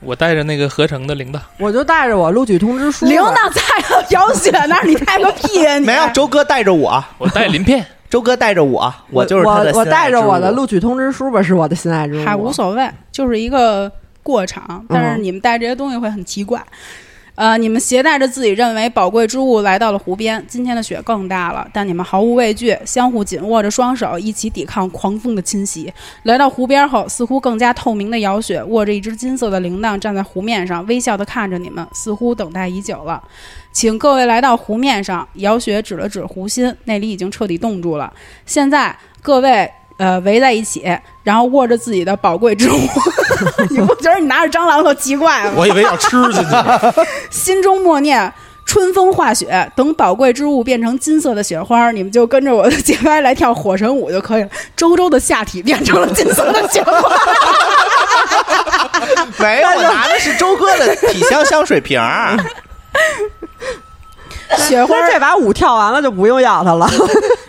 Speaker 6: 我带着那个合成的铃铛，
Speaker 2: 我就带着我录取通知书了。
Speaker 1: 铃铛在姚雪那儿，你带个 屁呀！你
Speaker 3: 没有周哥带着我，
Speaker 6: 我带鳞片，
Speaker 3: 周哥带着 我，
Speaker 2: 我
Speaker 3: 就是他的
Speaker 2: 我我
Speaker 3: 心爱
Speaker 2: 带着
Speaker 3: 之
Speaker 2: 我的
Speaker 3: 物
Speaker 2: 录取通知书吧，是我的心爱之物。
Speaker 1: 还 无所谓，就是一个过场。但是你们带这些东西会很奇怪。呃，你们携带着自己认为宝贵之物来到了湖边，今天的雪更大了，但你们毫无畏惧，相互紧握着双手，一起抵抗狂风的侵袭。来到湖边后，似乎更加透明的姚雪握着一只金色的铃铛，站在湖面上，微笑地看着你们，似乎等待已久了。请各位来到湖面上，姚雪指了指湖心，那里已经彻底冻住了。现在各位呃围在一起，然后握着自己的宝贵之物， 你不觉得你拿着蟑螂特奇怪吗？
Speaker 4: 我以为要吃进去，
Speaker 1: 心中默念。春风化雪，等宝贵之物变成金色的雪花，你们就跟着我的节拍来跳火神舞就可以了。周周的下体变成了金色的雪花，
Speaker 3: 没有，我拿的是周哥的体香香水 瓶儿。
Speaker 1: 雪花
Speaker 2: 那这把舞跳完了就不用要它了。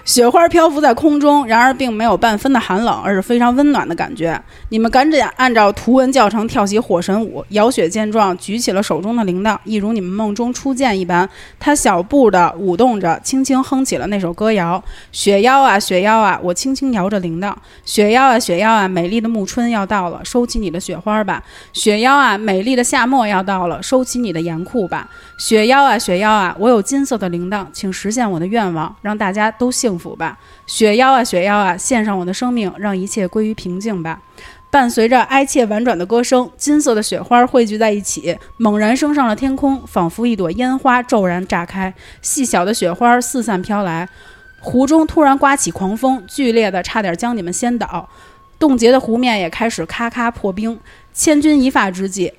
Speaker 1: 雪花漂浮在空中，然而并没有半分的寒冷，而是非常温暖的感觉。你们赶紧按照图文教程跳起火神舞。姚雪见状，举起了手中的铃铛，一如你们梦中初见一般，她小步的舞动着，轻轻哼起了那首歌谣：“雪妖啊，雪妖啊，我轻轻摇着铃铛；雪妖啊，雪妖啊，美丽的暮春要到了，收起你的雪花吧；雪妖啊，美丽的夏末要到了，收起你的严酷吧。”雪妖啊，雪妖啊，我有金色的铃铛，请实现我的愿望，让大家都幸福吧。雪妖啊，雪妖啊，献上我的生命，让一切归于平静吧。伴随着哀切婉转的歌声，金色的雪花汇聚在一起，猛然升上了天空，仿佛一朵烟花骤然炸开，细小的雪花四散飘来。湖中突然刮起狂风，剧烈的差点将你们掀倒，冻结的湖面也开始咔咔破冰。千钧一发之际，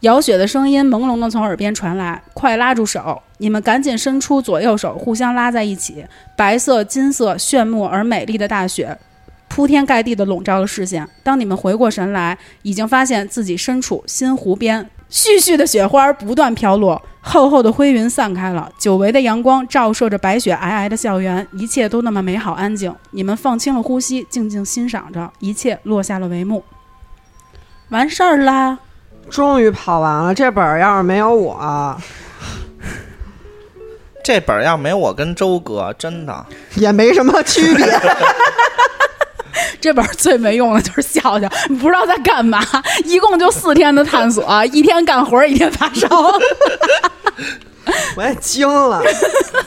Speaker 1: 姚雪的声音朦胧地从耳边传来：“快拉住手！你们赶紧伸出左右手，互相拉在一起。”白色、金色、炫目而美丽的大雪，铺天盖地地笼罩了视线。当你们回过神来，已经发现自己身处新湖边，絮絮的雪花不断飘落，厚厚的灰云散开了，久违的阳光照射着白雪皑皑的校园，一切都那么美好安静。你们放轻了呼吸，静静欣赏着，一切落下了帷幕。完事儿啦。
Speaker 2: 终于跑完了，这本儿要是没有我，
Speaker 3: 这本儿要没我跟周哥，真的
Speaker 2: 也没什么区别。
Speaker 1: 这本儿最没用的就是笑笑，你不知道在干嘛。一共就四天的探索，一天干活，一天发烧。
Speaker 2: 我也惊了。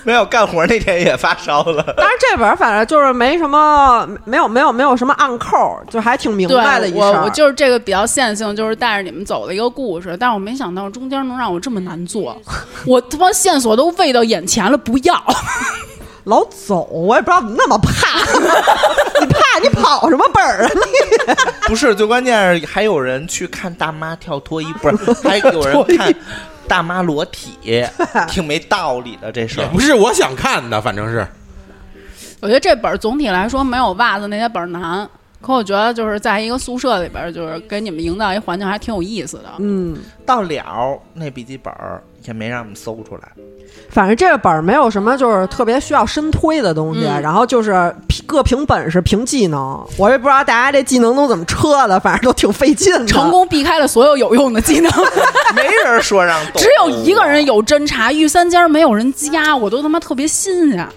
Speaker 3: 没有干活那天也发烧了。
Speaker 2: 当然，这本儿反正就是没什么，没有没有没有什么暗扣，就还挺明
Speaker 1: 对
Speaker 2: 白的一，事
Speaker 1: 我
Speaker 2: 儿
Speaker 1: 我。就是这个比较线性，就是带着你们走的一个故事，但是我没想到中间能让我这么难做， 我他妈线索都喂到眼前了，不要。
Speaker 2: 老走，我也不知道怎么那么怕。 你怕你跑什么本儿啊？
Speaker 3: 不是，最关键是还有人去看大妈跳脱衣，不 是，还有人看大妈裸体，挺没道理的这事
Speaker 4: 也
Speaker 3: 儿。
Speaker 4: 不是我想看的，反正是
Speaker 1: 我觉得这本儿总体来说没有袜子那些本儿难，可我觉得就是在一个宿舍里边儿，就是给你们营造一环境还挺有意思的。
Speaker 2: 嗯，
Speaker 3: 到了那笔记本儿也没让我们搜出来，
Speaker 2: 反正这个本儿没有什么就是特别需要深推的东西，
Speaker 1: 嗯
Speaker 2: 然后就是凭各凭本事凭技能。我也不知道大家这技能都怎么撤的，反正都挺费劲的。
Speaker 1: 成功避开了所有有用的 技能。
Speaker 3: 没人说让动。
Speaker 1: 只有一个人有侦查，御三家没有人加，我都他妈特别新鲜。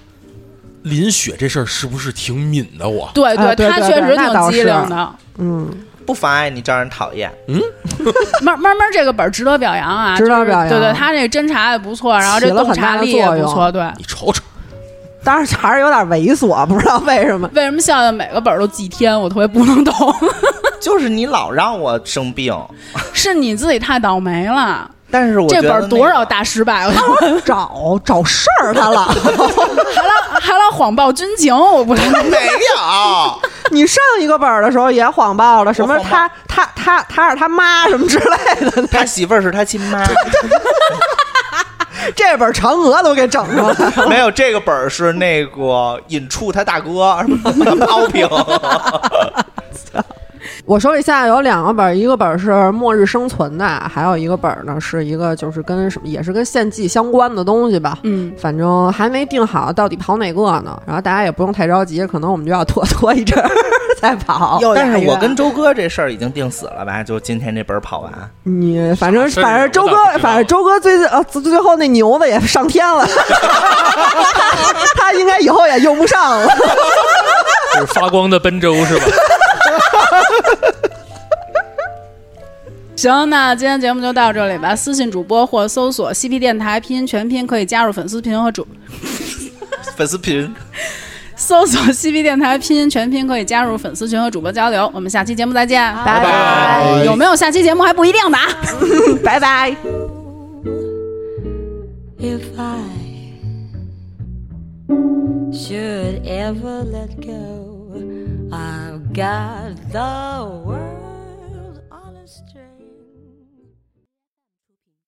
Speaker 4: 林雪这事儿是不是挺敏的？我
Speaker 1: 对
Speaker 2: 啊对
Speaker 1: 他
Speaker 2: 对
Speaker 1: 确
Speaker 2: 对
Speaker 1: 实
Speaker 2: 那倒
Speaker 1: 挺机
Speaker 2: 是
Speaker 1: 灵的。
Speaker 2: 嗯，
Speaker 3: 不妨碍你招人讨厌。
Speaker 1: 慢慢慢，这个本儿值得表扬啊，
Speaker 2: 值得
Speaker 1: 就是
Speaker 2: 表扬
Speaker 1: 对对，他这侦查也不错，然后这
Speaker 2: 起了
Speaker 1: 洞
Speaker 2: 很大
Speaker 1: 察
Speaker 2: 的
Speaker 1: 力也
Speaker 2: 作
Speaker 1: 不
Speaker 2: 用
Speaker 1: 错。对，
Speaker 4: 你瞅瞅，
Speaker 2: 当然还是有点猥琐，不知道为什么。
Speaker 1: 为什么笑笑每个本儿都祭天？我特别不能 懂，
Speaker 3: 就是你老让我生病，
Speaker 1: 是你自己太倒霉了。
Speaker 3: 但是我
Speaker 1: 这
Speaker 3: 觉得
Speaker 1: 本儿
Speaker 3: 那
Speaker 1: 多
Speaker 3: 个
Speaker 1: 少大失败，我
Speaker 2: 啊 找找事儿他了。
Speaker 1: 还老 还老谎报军情，我不太懂。
Speaker 3: 没有。
Speaker 2: 你上一个本儿的时候也谎报了什么
Speaker 3: 我谎报
Speaker 2: 他他他他是他妈什么之类的，
Speaker 3: 他媳妇儿是他亲妈。
Speaker 2: 这本嫦娥都给整上了，
Speaker 3: 没有这个本儿是那个引出他大哥抛平，
Speaker 2: 我手里现在有两个本儿，一个本儿是《末日生存》的，还有一个本儿呢是一个就是跟什么也是跟献祭相关的东西吧。
Speaker 1: 嗯，
Speaker 2: 反正还没定好到底跑哪个呢，然后大家也不用太着急，可能我们就要拖 拖一阵儿再跑。
Speaker 1: 有
Speaker 3: 但
Speaker 1: 俩
Speaker 3: 是我
Speaker 1: 月
Speaker 3: 跟周哥这事儿已经定死了吧？就今天这本儿跑完，
Speaker 2: 你反正
Speaker 6: 是
Speaker 2: 反正周哥
Speaker 6: 我咋不知道
Speaker 2: 反正周哥最呃最最后那牛子也上天 了，他应该以后也用不上了。
Speaker 6: 就是发光的奔州是吧？
Speaker 1: 行，那今天节目就到这里吧。私信主播或搜索 CP 电台拼音全拼，可以加入粉丝群和主
Speaker 3: 粉丝群
Speaker 1: 搜索 CP 电台拼音全拼，可以加入粉丝群和主播交流。我们下期节目再见，
Speaker 2: 拜拜
Speaker 1: 有没有下期节目还不一定呢。啊。
Speaker 2: 拜拜。
Speaker 8: if I should ever let go. I've got the world.